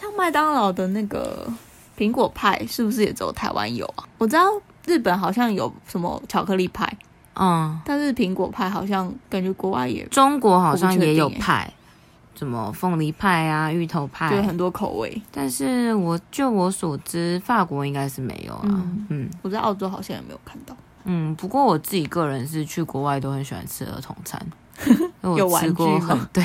Speaker 1: 像麦当劳的那个苹果派，是不是也只有台湾有啊？我知道日本好像有什么巧克力派，
Speaker 2: 嗯，
Speaker 1: 但是苹果派好像感觉国外也
Speaker 2: 中国好像
Speaker 1: 我不确定
Speaker 2: 也有
Speaker 1: 欸
Speaker 2: 派，什么凤梨派啊、芋头
Speaker 1: 就
Speaker 2: 派，
Speaker 1: 很多口味。
Speaker 2: 但是我就我所知，法国应该是没有啊。
Speaker 1: 嗯
Speaker 2: 嗯
Speaker 1: 我在澳洲好像也没有看到。
Speaker 2: 嗯，不过我自己个人是去国外都很喜欢吃儿童餐， 因为
Speaker 1: 有
Speaker 2: 我
Speaker 1: 玩
Speaker 2: 吃过
Speaker 1: 具吗
Speaker 2: 很 对，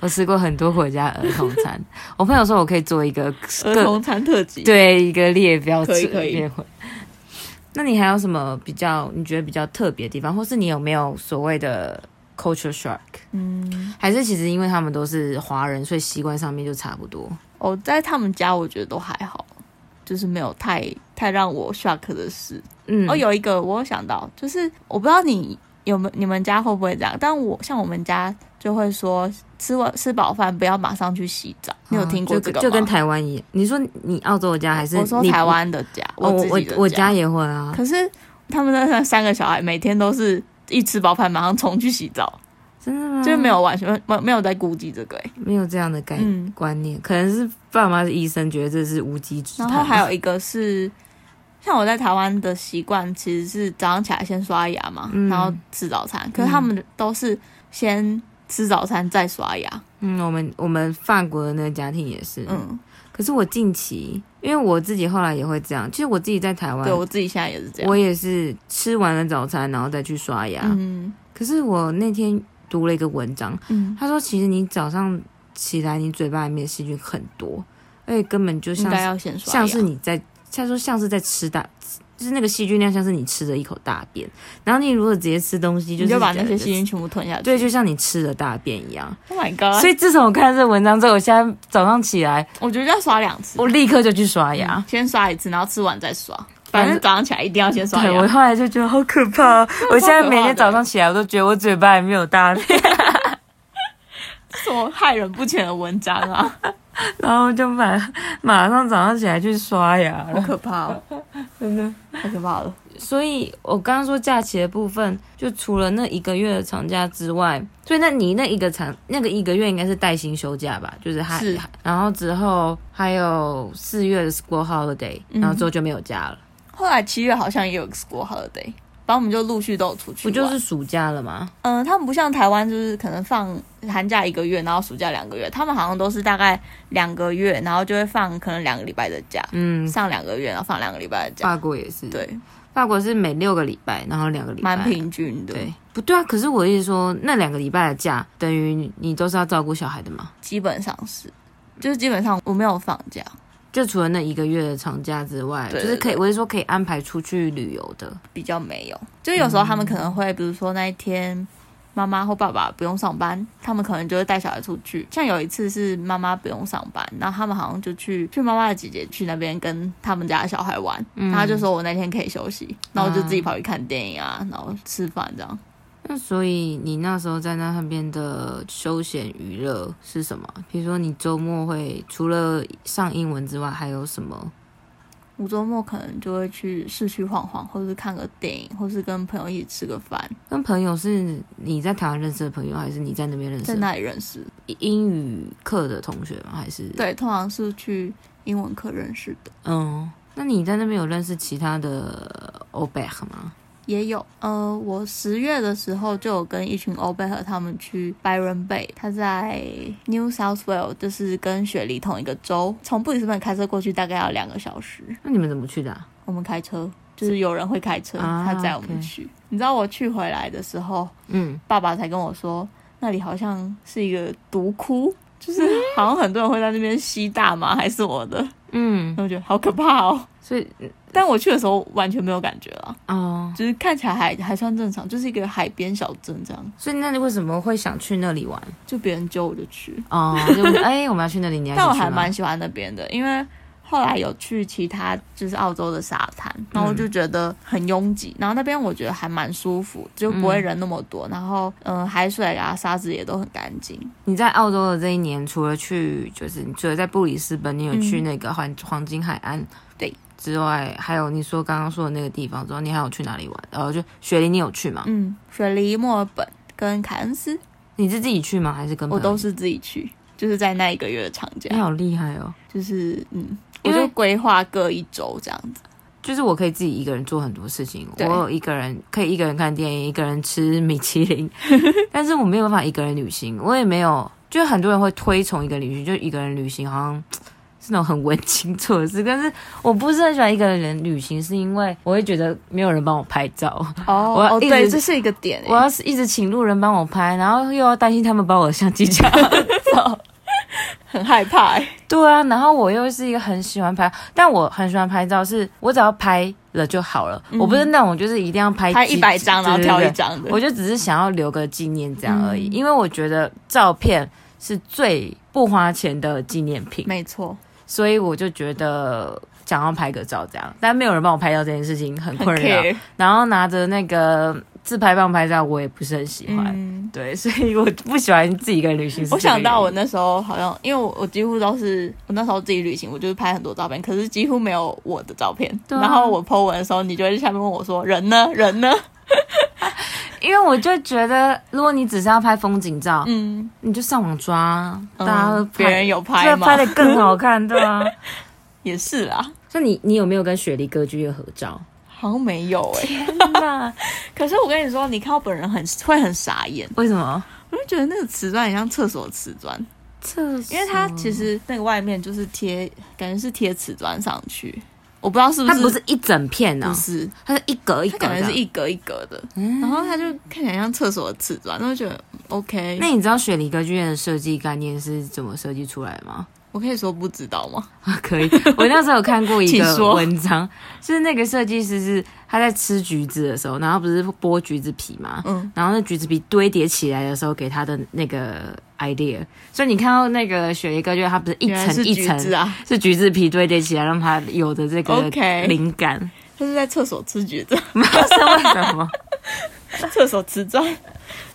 Speaker 2: 我吃过很多国家儿童餐。我朋友说我可以做一个
Speaker 1: 儿童餐特辑，
Speaker 2: 对一个列表
Speaker 1: 可以
Speaker 2: 之
Speaker 1: 可以
Speaker 2: 列会。那你还有什么比较你觉得比较特别的地方，或是你有没有所谓的 culture shock？
Speaker 1: 嗯，
Speaker 2: 还是其实因为他们都是华人，所以习惯上面就差不多？
Speaker 1: 哦，在他们家我觉得都还好，就是没有太太让我 shock 的事。
Speaker 2: 嗯，
Speaker 1: 哦，有一个我有想到，就是我不知道你有没有你们家会不会这样，但我像我们家就会说吃完吃饱饭不要马上去洗澡。你有
Speaker 2: 嗯
Speaker 1: 听过
Speaker 2: 就
Speaker 1: 这个吗？
Speaker 2: 就跟台湾一样。你说你澳洲的家还是
Speaker 1: 我说
Speaker 2: 你
Speaker 1: 台？湾的家，
Speaker 2: 哦我
Speaker 1: 自
Speaker 2: 我
Speaker 1: 己的
Speaker 2: 我
Speaker 1: 家
Speaker 2: 家。也会啊，
Speaker 1: 可是他们那三个小孩每天都是一吃饱饭马上冲去洗澡，
Speaker 2: 真的吗？
Speaker 1: 就是没有完全没有没有在顾及这个、欸。
Speaker 2: 没有这样的概
Speaker 1: 嗯
Speaker 2: 观念，可能是爸妈是医生，觉得这是无稽之
Speaker 1: 然
Speaker 2: 谈。
Speaker 1: 后还有一个是，像我在台湾的习惯其实是早上起来先刷牙嘛，
Speaker 2: 嗯
Speaker 1: 然后吃早餐。可是他们都是先吃早餐再刷牙。
Speaker 2: 嗯，我们我们法国的那个家庭也是，
Speaker 1: 嗯，
Speaker 2: 可是我近期，因为我自己后来也会这样，其实我自己在台湾
Speaker 1: 对，我自己现在也是这样。
Speaker 2: 我也是吃完了早餐，然后再去刷牙。
Speaker 1: 嗯
Speaker 2: 可是我那天读了一个文章，
Speaker 1: 嗯，
Speaker 2: 他说其实你早上起来，你嘴巴里面的细菌很多，而且根本就
Speaker 1: 应
Speaker 2: 像
Speaker 1: 该
Speaker 2: 是
Speaker 1: 要先刷牙。
Speaker 2: 像是你在，他说像是在吃大。就是那个细菌量，像是你吃了一口大便，然后你如果直接吃东西，就
Speaker 1: 你
Speaker 2: 是
Speaker 1: 就把那些细菌全部吞下去。
Speaker 2: 对，就像你吃了大便一样。
Speaker 1: ，Oh my god！
Speaker 2: 所以自从我看了这文章之后，我现在早上起来，
Speaker 1: 我觉得要刷两次，嗯
Speaker 2: 我立刻就去刷牙。
Speaker 1: 先刷一次，然后吃完再刷。
Speaker 2: 反
Speaker 1: 反
Speaker 2: 正
Speaker 1: 正早上起来一定要先刷
Speaker 2: 对，我
Speaker 1: 牙。
Speaker 2: 后来就觉得好可怕哦、我现在每天早上起来，我都觉得我嘴巴里面有 大便，
Speaker 1: 什么害人不浅的文章啊，
Speaker 2: 然后就马马上早上起来去刷牙
Speaker 1: 好
Speaker 2: 了，
Speaker 1: 可怕哦，
Speaker 2: 真的。
Speaker 1: 太可怕了。
Speaker 2: 所以我刚刚说假期的部分，就除了那一个月的长假之外，所以那你那一个长那个一个月应该是带薪休假吧？就是还
Speaker 1: 是
Speaker 2: 然后之后还有四月的 school holiday，然后之后就没有假了，
Speaker 1: 后来七月好像也有 school holiday，反正我们就陆续都有出去
Speaker 2: 不
Speaker 1: 玩。
Speaker 2: 就是暑假了吗？
Speaker 1: 嗯、他们不像台湾，就是可能放寒假一个月，然后暑假两个月，他们好像都是大概两个月，然后就会放可能两个礼拜的假，
Speaker 2: 嗯，
Speaker 1: 上两个月，然后放两个礼拜的假，
Speaker 2: 法国也是，，
Speaker 1: 对，
Speaker 2: 法国是每六个礼拜，然后两个礼拜，
Speaker 1: 蛮平均的，
Speaker 2: 对，，不对啊？可是我意思说，那两个礼拜的假，等于你都是要照顾小孩的嘛？
Speaker 1: 基本上是，就是基本上我没有放假，
Speaker 2: 就除了那一个月的长假之外，
Speaker 1: 对
Speaker 2: 就是
Speaker 1: 对
Speaker 2: 可以，我是说可以安排出去旅游的。
Speaker 1: 比较没有，就有时候他们可能会，比如说那一天。妈妈或爸爸不用上班，他们可能就会带小孩出去。像有一次是妈妈不用上班，然后他们好像就去去妈妈的姐姐去那边跟他们家的小孩玩。然后他就说我那天可以休息，然后我就自己跑去看电影啊，然后吃饭这样。
Speaker 2: 那所以你那时候在那边的休闲娱乐是什么？比如说你周末会除了上英文之外，还有什么？
Speaker 1: 我周末可能就会去市区晃晃，或是看个电影，或是跟朋友一起吃个饭，
Speaker 2: 跟朋友是你在台湾认识的朋友，还是你在那边认识
Speaker 1: 在
Speaker 2: 的
Speaker 1: 那里认识。
Speaker 2: 英语课的同学吗？还是，
Speaker 1: 对，通常是去英文课认识的。
Speaker 2: 嗯，那你在那边有认识其他的欧贝克吗？
Speaker 1: 也有，呃，我十月的时候就有跟一群欧贝和他们去 Byron Bay，他在 New South Wales，就是跟雪梨同一个州，从布里斯本开车过去大概要两个小时。
Speaker 2: 那你们怎么去的啊、
Speaker 1: 我们开车，就是有人会开车，
Speaker 2: 啊
Speaker 1: 他载我们
Speaker 2: OK
Speaker 1: 去。你知道我去回来的时候，
Speaker 2: 嗯，
Speaker 1: 爸爸才跟我说，那里好像是一个毒窟， 就是好像很多人会在那边吸大麻还是什么的，
Speaker 2: 嗯
Speaker 1: 然后，我觉得好可怕哦。
Speaker 2: 所以
Speaker 1: 但我去的时候完全没有感觉啊，
Speaker 2: 哦，
Speaker 1: 就是看起来还还算正常，就是一个海边小镇这样，
Speaker 2: 所以那你为什么会想去那里玩？
Speaker 1: 就别人揪我就去。
Speaker 2: 哦， 就哎、我们要去那里，你要一起
Speaker 1: 但我还
Speaker 2: 去吗
Speaker 1: 蛮喜欢那边的，因为后来有去其他就是澳洲的沙滩，然后我就
Speaker 2: 嗯
Speaker 1: 觉得很拥挤，然后那边我觉得还蛮舒服，就不会
Speaker 2: 嗯
Speaker 1: 人那么多，然后嗯、呃海水啊沙子也都很干净。
Speaker 2: 你在澳洲的这一年，除了去就是你除了在布里斯本，你有去那个黄黄金海岸
Speaker 1: 对
Speaker 2: 之外，还有你说刚刚说的那个地方之后，你还有去哪里玩？呃，就雪梨你有去吗？
Speaker 1: 嗯，雪梨、墨尔本跟凯恩斯，
Speaker 2: 你是自己去吗？还是跟朋
Speaker 1: 我
Speaker 2: 友
Speaker 1: 都是自啊己去，就是在那一个月的长假
Speaker 2: 你，好厉害哦！
Speaker 1: 就是嗯，我
Speaker 2: 因为
Speaker 1: 就规划各一周这样子。
Speaker 2: 就是我可以自己一个人做很多事情，我
Speaker 1: 对
Speaker 2: 有一个人可以一个人看电影，一个人吃米其 林，但是我没有办法一个人旅行，我也没有，就很多人会推崇一个人旅行，就一个人旅行好像是那种很文青做 的事，但是我不是很喜欢一个人旅行，是因为我会觉得没有人帮我拍照， 我
Speaker 1: 哦
Speaker 2: 要
Speaker 1: 哦，
Speaker 2: 一直
Speaker 1: 对，这是一个点欸。
Speaker 2: 我要是一直请路人帮我拍，然后又要担心他们把我的相 机抢走。
Speaker 1: 很害怕欸，
Speaker 2: 对啊，然后我又是一个很喜欢拍，但我很喜欢拍照，是我只要拍了就好了，我不是那种就是一定要拍
Speaker 1: 嗯拍
Speaker 2: 几
Speaker 1: 一百张然后
Speaker 2: 对对
Speaker 1: 挑一
Speaker 2: 对嗯
Speaker 1: 张的
Speaker 2: 我。就只是想要留个纪念这样而已，因为我觉得照片是最不花钱的纪念品，
Speaker 1: 没错，
Speaker 2: 所以我就觉得想要拍个照这样，但没有人帮我拍照这件事情很
Speaker 1: 很
Speaker 2: 困扰。
Speaker 1: care。
Speaker 2: 然后拿着那个自拍棒拍照，我也不是很喜欢。
Speaker 1: 嗯，
Speaker 2: 对，所以我不喜欢自己一个人旅行。
Speaker 1: 我想到我
Speaker 2: 那，
Speaker 1: 那时候好像，因为我我几乎都是我那时候自己旅行，我就是拍很多照片，可是几乎没有我的照片。
Speaker 2: 对啊
Speaker 1: 然后我 po 文的时候，你就会在下面问我说：“人呢？人呢
Speaker 2: 因为我就觉得，如果你只是要拍风景照？”，
Speaker 1: 嗯，
Speaker 2: 你就上网抓，大家会
Speaker 1: 嗯
Speaker 2: 拍
Speaker 1: 别人有拍
Speaker 2: 这
Speaker 1: 吗
Speaker 2: 拍？的更好看，对 啊。
Speaker 1: 也是啦，
Speaker 2: 那你你有没有跟雪梨歌剧院合照？ 啊
Speaker 1: 好像没有哎、
Speaker 2: 天哪！
Speaker 1: 可是我跟你说，你看到本人很会很傻眼，
Speaker 2: 为什么？
Speaker 1: 我就觉得那个瓷砖很像厕所瓷砖，
Speaker 2: 厕所
Speaker 1: 因为它其实
Speaker 2: 哦
Speaker 1: 那个外面就是贴，感觉是贴瓷砖上去，我不知道是
Speaker 2: 它
Speaker 1: 是
Speaker 2: 不是哦一整片呢、
Speaker 1: 不是，
Speaker 2: 它是一格一
Speaker 1: 它
Speaker 2: 格
Speaker 1: 感
Speaker 2: 的
Speaker 1: 觉是。一格一格的，
Speaker 2: 嗯
Speaker 1: 然后它就看起来像厕所的瓷砖，那我就觉得嗯 OK。
Speaker 2: 那你知道雪梨歌剧院的设计概念是怎么设计出来 吗？
Speaker 1: 我可以说不知道吗？
Speaker 2: 啊，可以。我那时候有看过一
Speaker 1: 请
Speaker 2: 个
Speaker 1: 说
Speaker 2: 文章，就是那个设计师是他在吃橘子的时候，然后不是剥橘子皮嘛，
Speaker 1: 嗯
Speaker 2: 然后那橘子皮堆叠起来的时候给他的那个 idea。所以你看到那个雪梨歌剧院，它不是一
Speaker 1: 原来
Speaker 2: 层
Speaker 1: 是
Speaker 2: 一
Speaker 1: 橘
Speaker 2: 层，
Speaker 1: 子啊，
Speaker 2: 是橘子皮堆叠起来，让它有的这个
Speaker 1: OK
Speaker 2: 灵感。
Speaker 1: 它是在厕所吃橘子，
Speaker 2: 不 是为什么？
Speaker 1: 厕所瓷砖。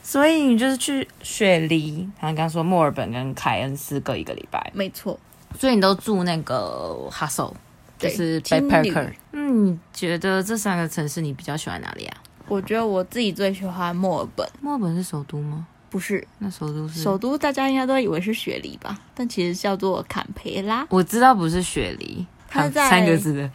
Speaker 2: 所以你就是去雪梨，好像刚说墨尔本跟凯恩斯各一个礼拜，
Speaker 1: 没错，
Speaker 2: 所以你都住那个 Hustle，就
Speaker 1: 对
Speaker 2: 是
Speaker 1: 青
Speaker 2: backpacker
Speaker 1: 旅。
Speaker 2: 嗯，你觉得这三个城市你比较喜欢哪里啊？
Speaker 1: 我觉得我自己最喜欢墨尔本，
Speaker 2: 墨尔本是首都吗？
Speaker 1: 不是
Speaker 2: 那首都是？
Speaker 1: 首都，大家应该都以为是雪梨吧，但其实叫做坎培拉，
Speaker 2: 我知道不是雪梨，
Speaker 1: 它在
Speaker 2: 三个字的。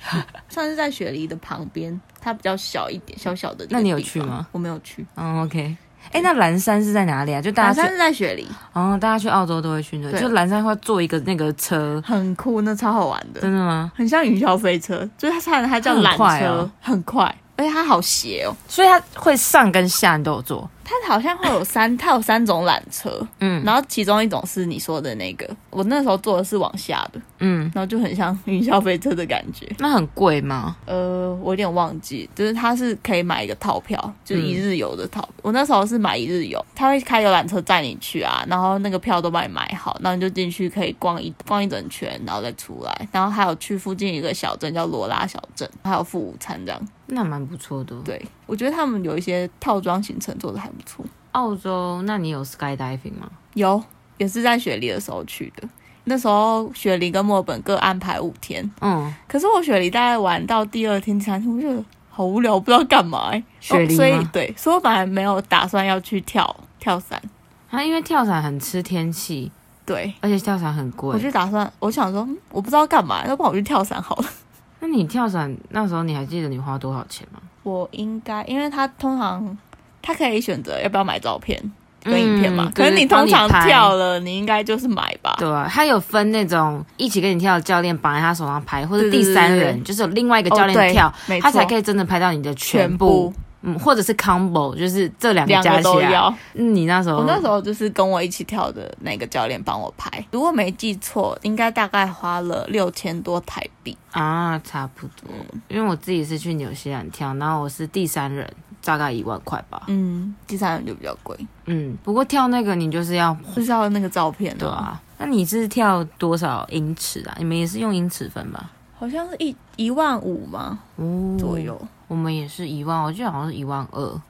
Speaker 1: 算是在雪梨的旁边，它比较小一点，小小的。
Speaker 2: 那你有去吗？
Speaker 1: 我没有去，
Speaker 2: 嗯，OK。哎，那蓝山是在哪里啊？就大
Speaker 1: 蓝
Speaker 2: 家
Speaker 1: 山
Speaker 2: 去，
Speaker 1: 是在雪梨，
Speaker 2: 哦，大家去澳洲都会去那，
Speaker 1: 对
Speaker 2: 就蓝山会坐一个那个车，
Speaker 1: 很酷，那超好玩的
Speaker 2: 真，的吗？
Speaker 1: 很像云霄飞车，就是它虽然它叫
Speaker 2: 它很
Speaker 1: 缆
Speaker 2: 快
Speaker 1: 车
Speaker 2: 哦，
Speaker 1: 很快，而且它好斜哦，
Speaker 2: 所以它会上跟下你都有坐。
Speaker 1: 它好像会有三，它有三种缆车，
Speaker 2: 嗯
Speaker 1: 然后其中一种是你说的那个，我那时候坐的是往下的，
Speaker 2: 嗯，
Speaker 1: 然后就很像云霄飞车的感觉。
Speaker 2: 那很贵吗？
Speaker 1: 呃，我有点忘记，就是它是可以买一个套票，就是一日游的套。我那时候是买一日游，他会开游览车载你去啊，然后那个票都帮你买好，然后你就进去可以逛一逛一整圈，然后再出来。然后还有去附近一个小镇叫罗拉小镇，还有付午餐这样。
Speaker 2: 那蛮不错的。哦
Speaker 1: 对，我觉得他们有一些套装行程做的还不错。
Speaker 2: 澳洲，那你有 skydiving 吗？
Speaker 1: 有，也是在雪梨的时候去的。那时候雪梨跟墨尔本各安排五天，
Speaker 2: 嗯，
Speaker 1: 可是我雪梨大概玩到第二天、第三天，我就觉得好无聊，我不知道干嘛、欸。
Speaker 2: 雪梨
Speaker 1: 哦
Speaker 2: 吗
Speaker 1: 所以对，所以我本来没有打算要去跳跳伞，
Speaker 2: 它啊因为跳伞很吃天气，
Speaker 1: 对
Speaker 2: 而且跳伞很
Speaker 1: 我
Speaker 2: 贵。
Speaker 1: 就打算，我想说，嗯我不知道干嘛，要不然我去跳伞好了。
Speaker 2: 那你跳伞那时候你还记得你花多少钱吗？
Speaker 1: 我应该，因为他通常他可以选择要不要买照片跟影片
Speaker 2: 嗯
Speaker 1: 嘛，可是你通常跳
Speaker 2: 了，
Speaker 1: 了，你应该就是买吧。
Speaker 2: 对啊，他有分那种一起跟你跳的教练绑在他手上拍，或者
Speaker 1: 对对
Speaker 2: 第
Speaker 1: 对
Speaker 2: 三
Speaker 1: 对
Speaker 2: 人就是有另外一个
Speaker 1: 哦
Speaker 2: 教练
Speaker 1: 对
Speaker 2: 跳，
Speaker 1: 没
Speaker 2: 他才
Speaker 1: 错
Speaker 2: 可以真的拍到你的全
Speaker 1: 全部
Speaker 2: 部。嗯，或者是 combo，就是这两个
Speaker 1: 两
Speaker 2: 加
Speaker 1: 个
Speaker 2: 起
Speaker 1: 都
Speaker 2: 来。
Speaker 1: 要。
Speaker 2: 嗯，你那时候，
Speaker 1: 我那时候就是跟我一起跳的那个教练帮我拍，如果没记错，应该大概花了六千多台币。
Speaker 2: 啊，差不多，因为我自己是去纽西兰跳，然后我是第三人，大概一万块吧。
Speaker 1: 嗯，第三人就比较贵，
Speaker 2: 嗯，不过跳那个你就是要
Speaker 1: 就是要那个照片。
Speaker 2: 对，啊，
Speaker 1: 嗯
Speaker 2: 那你是跳多少英尺啊？你们也是用英尺分吧？
Speaker 1: 好像是一一万五嘛
Speaker 2: 哦
Speaker 1: 左右。
Speaker 2: 我们也是一万，我记得好像是一万二，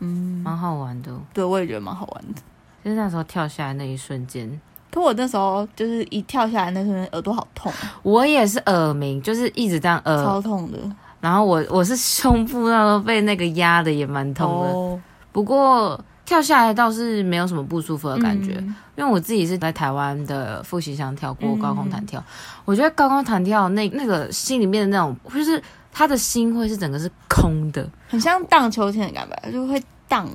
Speaker 1: 嗯，
Speaker 2: 蛮好玩的。
Speaker 1: 对，我也觉得蛮好玩的。
Speaker 2: 就是那时候跳下来那一瞬间，
Speaker 1: 可我那时候就是一跳下来，那瞬间耳朵好痛，
Speaker 2: 我也是耳鸣，就是一直这样耳，
Speaker 1: 超痛的，
Speaker 2: 然后我我是胸部那时候被那个压的也蛮痛的，
Speaker 1: 哦
Speaker 2: 不过跳下来倒是没有什么不舒服的感觉，
Speaker 1: 嗯
Speaker 2: 因为我自己是在台湾的复习箱跳过
Speaker 1: 嗯
Speaker 2: 高空弹跳，我觉得高空弹跳那那个心里面的那种，就是他的心会是整个是空的，
Speaker 1: 很像荡秋千的感觉，就会荡，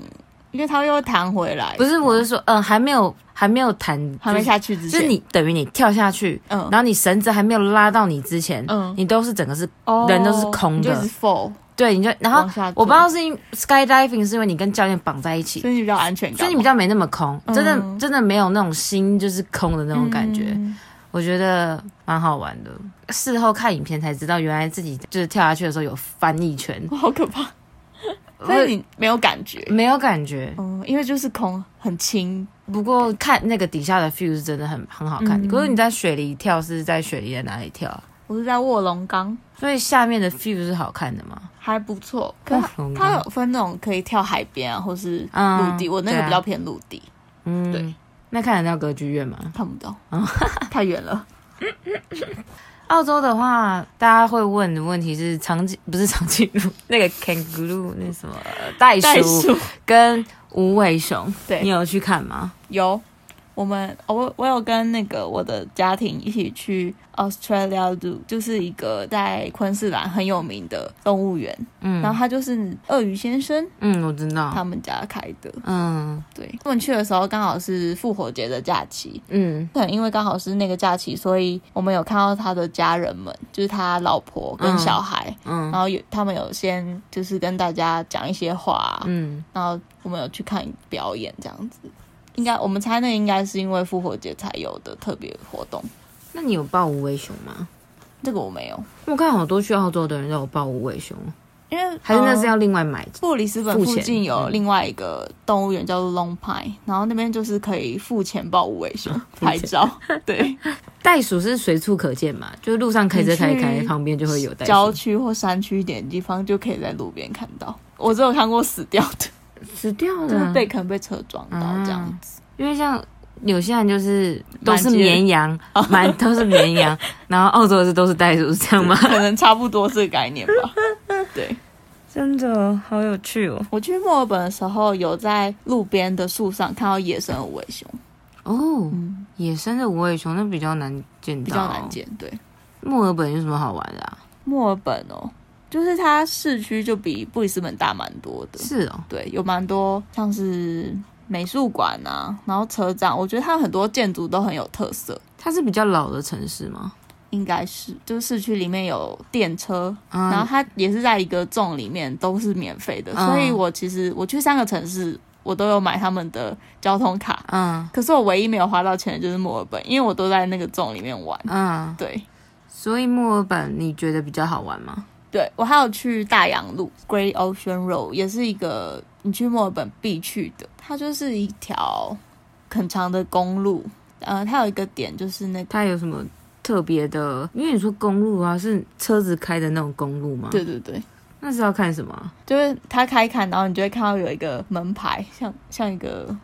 Speaker 1: 因为它又会弹回来。
Speaker 2: 不是，我是说，嗯、还没有还没有弹，
Speaker 1: 哎还没下去之
Speaker 2: 就
Speaker 1: 前，
Speaker 2: 是，就是你等于你跳下去，
Speaker 1: 嗯
Speaker 2: 然后你绳子还没有拉到你之前，
Speaker 1: 嗯，
Speaker 2: 你都是整个是
Speaker 1: 哦
Speaker 2: 人都是空的
Speaker 1: 你就是 fall，
Speaker 2: 对，你就然后
Speaker 1: 往下坠
Speaker 2: 我不知道是因 skydiving 是因为你跟教练绑在一起，
Speaker 1: 所以你比较有安全感嘛，
Speaker 2: 所以你比较没那么空，真的、
Speaker 1: 嗯
Speaker 2: 真的没有那种心就是空的那
Speaker 1: 那
Speaker 2: 种感觉，
Speaker 1: 嗯
Speaker 2: 我觉得蛮好玩的。事后看影片才知道，原来自己就是跳下去的时候有翻一圈，
Speaker 1: 好可怕。所
Speaker 2: 会
Speaker 1: 以你没有感觉，
Speaker 2: 没有感觉。
Speaker 1: 嗯，因为就是空，很轻，
Speaker 2: 不过看那个底下的 view 是真的很很好看。
Speaker 1: 嗯
Speaker 2: 可是你在雪梨跳是在雪梨的哪里跳啊？
Speaker 1: 我是在卧龙岗，
Speaker 2: 所以下面的 view 是好看的吗？
Speaker 1: 还不错。 可是
Speaker 2: 龙
Speaker 1: 它
Speaker 2: 岗
Speaker 1: 有分那种可以跳海边啊，或是
Speaker 2: 嗯
Speaker 1: 陆地，我那
Speaker 2: 对
Speaker 1: 个
Speaker 2: 啊
Speaker 1: 比较偏陆地，
Speaker 2: 嗯，
Speaker 1: 对。
Speaker 2: 那看得到歌剧院吗？
Speaker 1: 看不到，
Speaker 2: 哦
Speaker 1: 太远了。
Speaker 2: 澳洲的话，大家会问的问题是长颈不是长颈鹿，那个 kangaroo 那什么呃袋
Speaker 1: 袋
Speaker 2: 鼠
Speaker 1: 鼠
Speaker 2: 跟无尾熊，
Speaker 1: 对
Speaker 2: 你有去看吗？
Speaker 1: 有，我们哦我我有跟那个我的家庭一起去呃 Australia Zoo，就是一个在昆士兰很有名的动物园，然
Speaker 2: 嗯
Speaker 1: 后它就是鳄鱼先生
Speaker 2: 嗯，我知道，
Speaker 1: 他们家开的。
Speaker 2: 嗯
Speaker 1: 对，我们去的时候刚好是复活节的假期，
Speaker 2: 嗯
Speaker 1: 可能因为刚好是那个假期，所以我们有看到他的家人们，就是他老婆跟小孩，
Speaker 2: 嗯
Speaker 1: 然后有他们有先就是跟大家讲一些话啊、
Speaker 2: 嗯，
Speaker 1: 然后我们有去看表演这样子。应该我们猜那应该是因为复活节才有的特别活动，
Speaker 2: 那你有抱无尾熊吗？
Speaker 1: 这个我没有，
Speaker 2: 我看好多去澳洲的人都有抱无尾熊，
Speaker 1: 因为
Speaker 2: 还是那是
Speaker 1: 呃
Speaker 2: 要另外买？
Speaker 1: 布里斯本
Speaker 2: 付
Speaker 1: 附
Speaker 2: 钱
Speaker 1: 近有
Speaker 2: 嗯
Speaker 1: 另外一个动物园叫做 Long Pine，然后那边就是可以付钱抱无尾熊
Speaker 2: 啊
Speaker 1: 拍照， 对，
Speaker 2: 袋鼠是随处可见嘛，就是路上开车开一开
Speaker 1: 你，去
Speaker 2: 旁边就会有袋
Speaker 1: 郊
Speaker 2: 鼠。
Speaker 1: 区或山区一点的地方就可以在路边看到。我只有看过死掉的，
Speaker 2: 死掉了，
Speaker 1: 就是被可能被车撞到
Speaker 2: 嗯
Speaker 1: 这样子。
Speaker 2: 啊因为像纽西兰就是都是
Speaker 1: 满街
Speaker 2: 绵 羊，满都是绵羊，然后澳洲是都是袋鼠，是这样吗？
Speaker 1: 可能差不多这个概念吧。对，
Speaker 2: 真的好有趣哦！
Speaker 1: 我去墨尔本的时候，有在路边的树上看到野生的无尾熊，
Speaker 2: 哦，
Speaker 1: 嗯，
Speaker 2: 野生的无尾熊那比较难见到，
Speaker 1: 比较难。
Speaker 2: 哦
Speaker 1: 见。对，
Speaker 2: 墨尔本有什么好玩的、啊？
Speaker 1: 墨尔本哦，就是它市区就比布里斯本大蛮多的。
Speaker 2: 是哦，
Speaker 1: 对，有蛮多像是美术馆啊，然后车站，我觉得它很多建筑都很有特色。
Speaker 2: 它是比较老的城市吗？
Speaker 1: 应该是，就是市区里面有电车，
Speaker 2: 嗯
Speaker 1: 然后它也是在一个粽里面都是免费的，
Speaker 2: 嗯
Speaker 1: 所以我其实我去三个城市，我都有买他们的交通卡，
Speaker 2: 嗯
Speaker 1: 可是我唯一没有花到钱的就是墨尔本，因为我都在那个粽里面玩。
Speaker 2: 嗯，
Speaker 1: 对，
Speaker 2: 所以墨尔本你觉得比较好玩吗？
Speaker 1: 对我还有去大洋路 （Great Ocean Road），也是一个你去墨尔本必去的，它就是一条很长的公路。呃，它有一个点就是那个，
Speaker 2: 它有什么特别的？因为你说公路啊，是车子开的那种公路吗？，
Speaker 1: 对对对，
Speaker 2: 那是要看什么啊？
Speaker 1: 就是它开一看，然后你就会看到有一个门牌，像像一个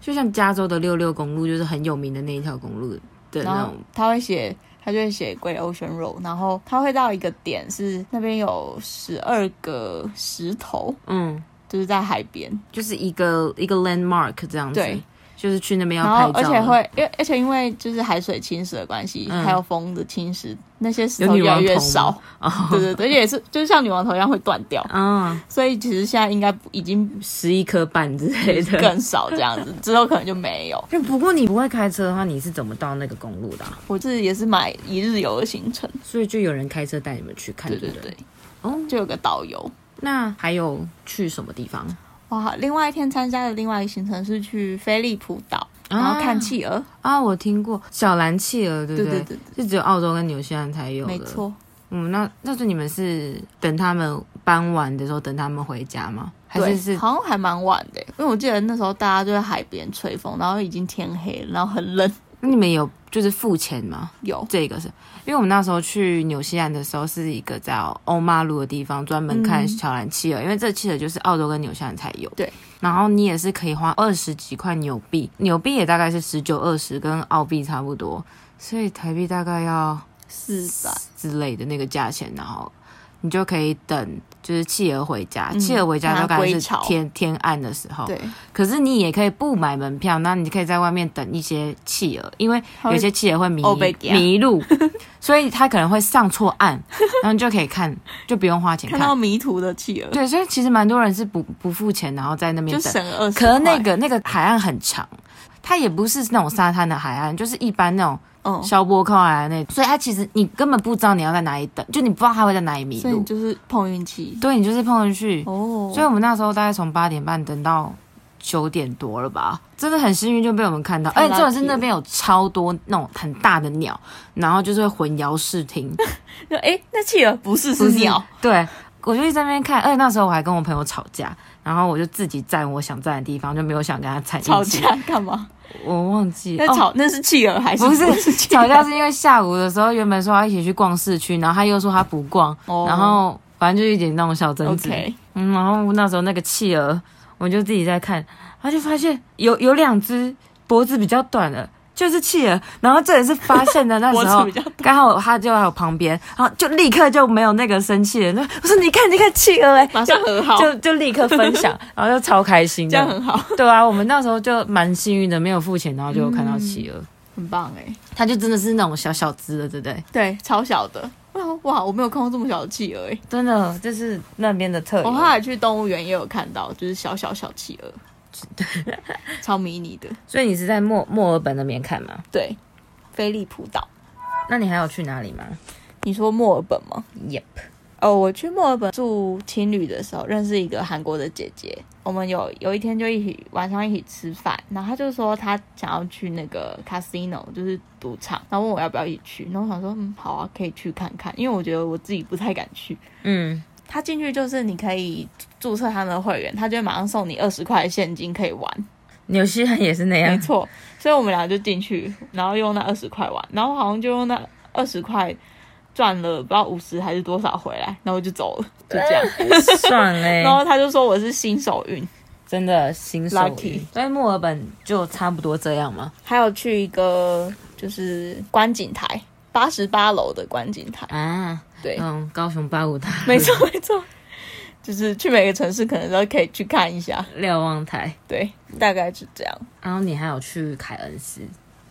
Speaker 2: 就像加州的六六公路，就是很有名的那一条公路的
Speaker 1: 然
Speaker 2: 那
Speaker 1: 后
Speaker 2: 种，
Speaker 1: 他会写，他就会写 Great Ocean Road，然后他会到一个点是那边有十二个石头，
Speaker 2: 嗯，
Speaker 1: 就是在海边，
Speaker 2: 就是一个一个 landmark 这样子，
Speaker 1: 对，
Speaker 2: 就是去那边要
Speaker 1: 然
Speaker 2: 拍
Speaker 1: 后
Speaker 2: 照，
Speaker 1: 而且，会，因为而且因为就是海水侵蚀的关系，
Speaker 2: 嗯
Speaker 1: 还有风的侵蚀，那些石
Speaker 2: 有
Speaker 1: 头
Speaker 2: 女
Speaker 1: 越来
Speaker 2: 王
Speaker 1: 越
Speaker 2: 头
Speaker 1: 少
Speaker 2: 吗，哦，
Speaker 1: 对对对，而且也是就是像女王头一样会断掉，
Speaker 2: 啊，
Speaker 1: 所以其实现在应该已经
Speaker 2: 十一颗半之类的。
Speaker 1: 更少这样子，之后可能就没有。
Speaker 2: 就不过你不会开车的话，你是怎么到那个公路的啊、
Speaker 1: 我自己也是买一日游的行程，
Speaker 2: 所以就有人开车带你们去看，
Speaker 1: 对
Speaker 2: 对
Speaker 1: 对
Speaker 2: 不
Speaker 1: 对，
Speaker 2: 哦，
Speaker 1: 就有个导游，
Speaker 2: 那还有去什么地方？
Speaker 1: 哇，另外一天参加的另外一个行程是去菲利普岛，然后看企鹅。
Speaker 2: 啊，我听过小蓝企鹅，对不
Speaker 1: 对对
Speaker 2: 对？
Speaker 1: 对
Speaker 2: 是只有澳洲跟纽西兰才有
Speaker 1: 对，
Speaker 2: 的。
Speaker 1: 没。错。
Speaker 2: 嗯，那那就你们是等他们搬完的时候等他们回家吗？还
Speaker 1: 对，
Speaker 2: 是是
Speaker 1: 好像还蛮晚的，因为我记得那时候大家就在海边吹风，然后已经天黑了，然后很冷。
Speaker 2: 那你们有就是付钱吗？
Speaker 1: 有
Speaker 2: 这个是因为我们那时候去纽西兰的时候，是一个叫欧马路的地方，专门看
Speaker 1: 嗯
Speaker 2: 小蓝企鹅，因为这企鹅就是澳洲跟纽西兰才有。
Speaker 1: 对，
Speaker 2: 然后你也是可以花二十几块纽币，纽币也大概是十九二十，跟澳币差不多，所以台币大概要
Speaker 1: 四百，
Speaker 2: 之类的那个价钱，然后你就可以等就是企鹅回家，企鹅回家
Speaker 1: 让嗯它
Speaker 2: 大概
Speaker 1: 归
Speaker 2: 是
Speaker 1: 巢
Speaker 2: 天天暗的时候。
Speaker 1: 对，
Speaker 2: 可是你也可以不买门票，那你可以在外面等一些企鹅，因为有些企鹅会迷
Speaker 1: 它会哦被夹
Speaker 2: 迷路， 所以它可能会上错岸，然后你就可以看，就不用花钱
Speaker 1: 看
Speaker 2: 看。
Speaker 1: 到迷途的企鹅，
Speaker 2: 对，所以其实蛮多人是不不付钱，然后在那边
Speaker 1: 就
Speaker 2: 等。
Speaker 1: 省二十。
Speaker 2: 可是那个那个海岸很长，它也不是那种沙滩的海岸，就是一般那种
Speaker 1: 嗯，
Speaker 2: 消波靠海岸那种，所以它其实你根本不知道你要在哪里等，就你不知道它会在哪里迷
Speaker 1: 所以
Speaker 2: 路
Speaker 1: 你，就是碰运气
Speaker 2: 对你就是碰上去。
Speaker 1: 哦。
Speaker 2: 所以我们那时候大概从八点半等到九点多了吧，真的很幸运就被我们看到。
Speaker 1: 太
Speaker 2: 而且
Speaker 1: lucky
Speaker 2: 重点是那边有超多那种很大的鸟，然后就是会混淆 视听，
Speaker 1: 就哎、那企鹅不是
Speaker 2: 不
Speaker 1: 是鸟，。
Speaker 2: 对，我就一直在那边看。而且那时候我还跟我朋友吵架，然后我就自己站我想站的地方，就没有想跟他站一起
Speaker 1: 吵，架干嘛？
Speaker 2: 我忘记
Speaker 1: 那
Speaker 2: 哦
Speaker 1: 吵、那是企鹅还是
Speaker 2: 不是
Speaker 1: 是企鹅
Speaker 2: 吵架是因为下午的时候，原本说要一起去逛市区，然后他又说他不逛，
Speaker 1: 哦
Speaker 2: 然后反正就一点那种小争执。
Speaker 1: OK，
Speaker 2: 嗯，然后那时候那个企鹅，我就自己在看，然后就发现有有两只脖子比较短的，就是企鹅。然后这也是发现的 那
Speaker 1: 脖
Speaker 2: 时
Speaker 1: 子
Speaker 2: 候
Speaker 1: 比，较
Speaker 2: 刚好它就在我旁边，然后就立刻就没有那个生气了。那我说你看你看企鹅哎、
Speaker 1: 马上和好，
Speaker 2: 就就立刻分 享，然后就超开心
Speaker 1: 这样
Speaker 2: 的。
Speaker 1: 很好，
Speaker 2: 对啊，我们那时候就蛮幸运的，没有付钱，然后就有看到企鹅。
Speaker 1: 很棒哎、
Speaker 2: 它就真的是那种小小只的，对不对？
Speaker 1: 对，超小的。哇哇，我没有看过这么小的企鹅哎、
Speaker 2: 真的，这是那边的特有。
Speaker 1: 我后来去动物园也有看到，就是小小小企 鹅，超迷你的。
Speaker 2: 所以你是在墨墨尔本那边看吗？
Speaker 1: 对，菲利普岛。
Speaker 2: 那你还有去哪里吗
Speaker 1: 你说墨尔本吗？
Speaker 2: ？Yep。
Speaker 1: 哦，我去墨尔本住青旅的时候，认识一个韩国的姐姐。我们有有一天就一起晚上一起吃饭，然后她就说她想要去那个 casino，就是赌场，然后问我要不要一起去。然后我想说，嗯，好啊，可以去看看，因为我觉得我自己不太敢去。
Speaker 2: 嗯，
Speaker 1: 他进去就是你可以注册他们的会员，他就会马上送你二十块的现金可以玩。
Speaker 2: 纽西兰也是那
Speaker 1: 没
Speaker 2: 样。
Speaker 1: 错，所以我们俩就进去，然后用那二十块玩，然后好像就用那二十块赚了不知道五十还是多少回来，然后就走了，就这样。
Speaker 2: 爽哎、
Speaker 1: 然后他就说我是新手运，
Speaker 2: 真的新手
Speaker 1: Lucky
Speaker 2: 运。所以墨尔本就差不多这样嘛。
Speaker 1: 还有去一个就是观景台，八十八楼的观景台，
Speaker 2: 啊，
Speaker 1: 对，
Speaker 2: 嗯，高雄八五台、
Speaker 1: 没错没错，就是去每个城市可能都可以去看一下，
Speaker 2: 瞭望台，
Speaker 1: 对，大概是这样。
Speaker 2: 然后你还有去凯恩斯。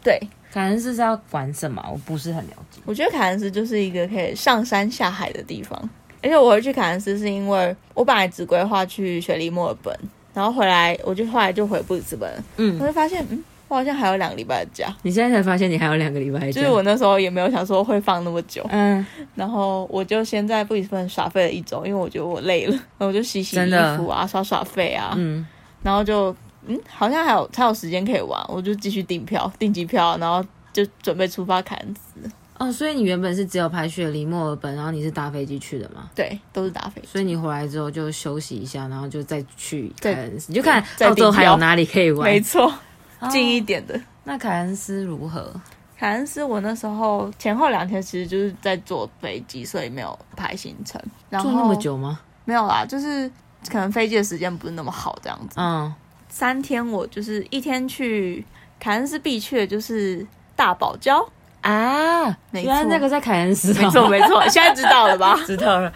Speaker 1: 对，
Speaker 2: 凯恩斯是要玩什么？我不是很了解。
Speaker 1: 我觉得凯恩斯就是一个可以上山下海的地方，而且我会去凯恩斯是因为我本来只规划去雪梨、墨尔本，然后回来我就后来就回布里斯本，我
Speaker 2: 嗯，
Speaker 1: 就发现嗯，我好像还有两个礼拜的假，
Speaker 2: 你现在才发现你还有两个礼拜。
Speaker 1: 就是我，那时候也没有想说会放那么久，
Speaker 2: 嗯，
Speaker 1: 然后我就先在布里斯本耍废了一周，因为我觉得我累了， 然后我就洗洗
Speaker 2: 真
Speaker 1: 衣
Speaker 2: 的
Speaker 1: 服啊、耍耍废啊，
Speaker 2: 嗯，
Speaker 1: 然后就嗯，好像还有才有时间可以玩，我就继续订票、订机票，然后就准备出发凯恩斯，
Speaker 2: 哦，所以你原本是只有拍雪梨、墨尔本，然后你是搭飞机去的吗？
Speaker 1: 对，都是打飞机。
Speaker 2: 所以你回来之后就休息一下，然后就再去
Speaker 1: 对
Speaker 2: 凯恩斯，你就看
Speaker 1: 再
Speaker 2: 澳洲
Speaker 1: 订
Speaker 2: 还有
Speaker 1: 票
Speaker 2: 哪里可以玩。
Speaker 1: 没错，
Speaker 2: 哦
Speaker 1: 近一点的。
Speaker 2: 那凯恩斯如何？
Speaker 1: 凯恩斯，我那时候前后两天其实就是在坐飞机，所以没有排行程。然后
Speaker 2: 坐那么？久吗？
Speaker 1: 没有啦，就是可能飞机的时间不是那么好这样子。
Speaker 2: 嗯，
Speaker 1: 三天我就是一天去凯恩斯必去的就是大堡礁，
Speaker 2: 啊，
Speaker 1: 没
Speaker 2: 原
Speaker 1: 错
Speaker 2: 来那个在凯恩斯、哦，？
Speaker 1: 没错没错， 现在知道了吧
Speaker 2: 知道了。哦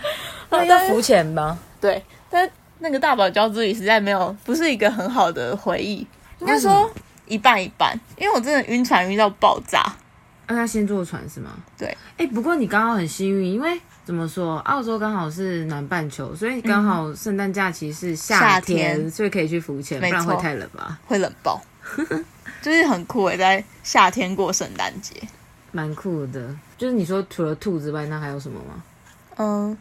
Speaker 2: 那
Speaker 1: 但
Speaker 2: 要
Speaker 1: 是
Speaker 2: 浮潜吧？
Speaker 1: 对，但那个大堡礁之旅实在没有不是一个很好的回忆，应该
Speaker 2: 为什
Speaker 1: 说一半一半，因为我真的晕船晕到爆炸。
Speaker 2: 那他先坐船是吗？
Speaker 1: 对
Speaker 2: 哎、不过你刚好很幸运，因为怎么说，澳洲刚好是南半球，所以刚好圣诞假期是夏
Speaker 1: 夏
Speaker 2: 天，
Speaker 1: 天
Speaker 2: 所以可以去浮潜，不
Speaker 1: 没
Speaker 2: 然会
Speaker 1: 错
Speaker 2: 太冷吧？
Speaker 1: 会冷爆，就是很酷诶，在夏天过圣诞节。
Speaker 2: 蛮酷的。就是你说除了兔之外，那还有什么吗？
Speaker 1: 嗯，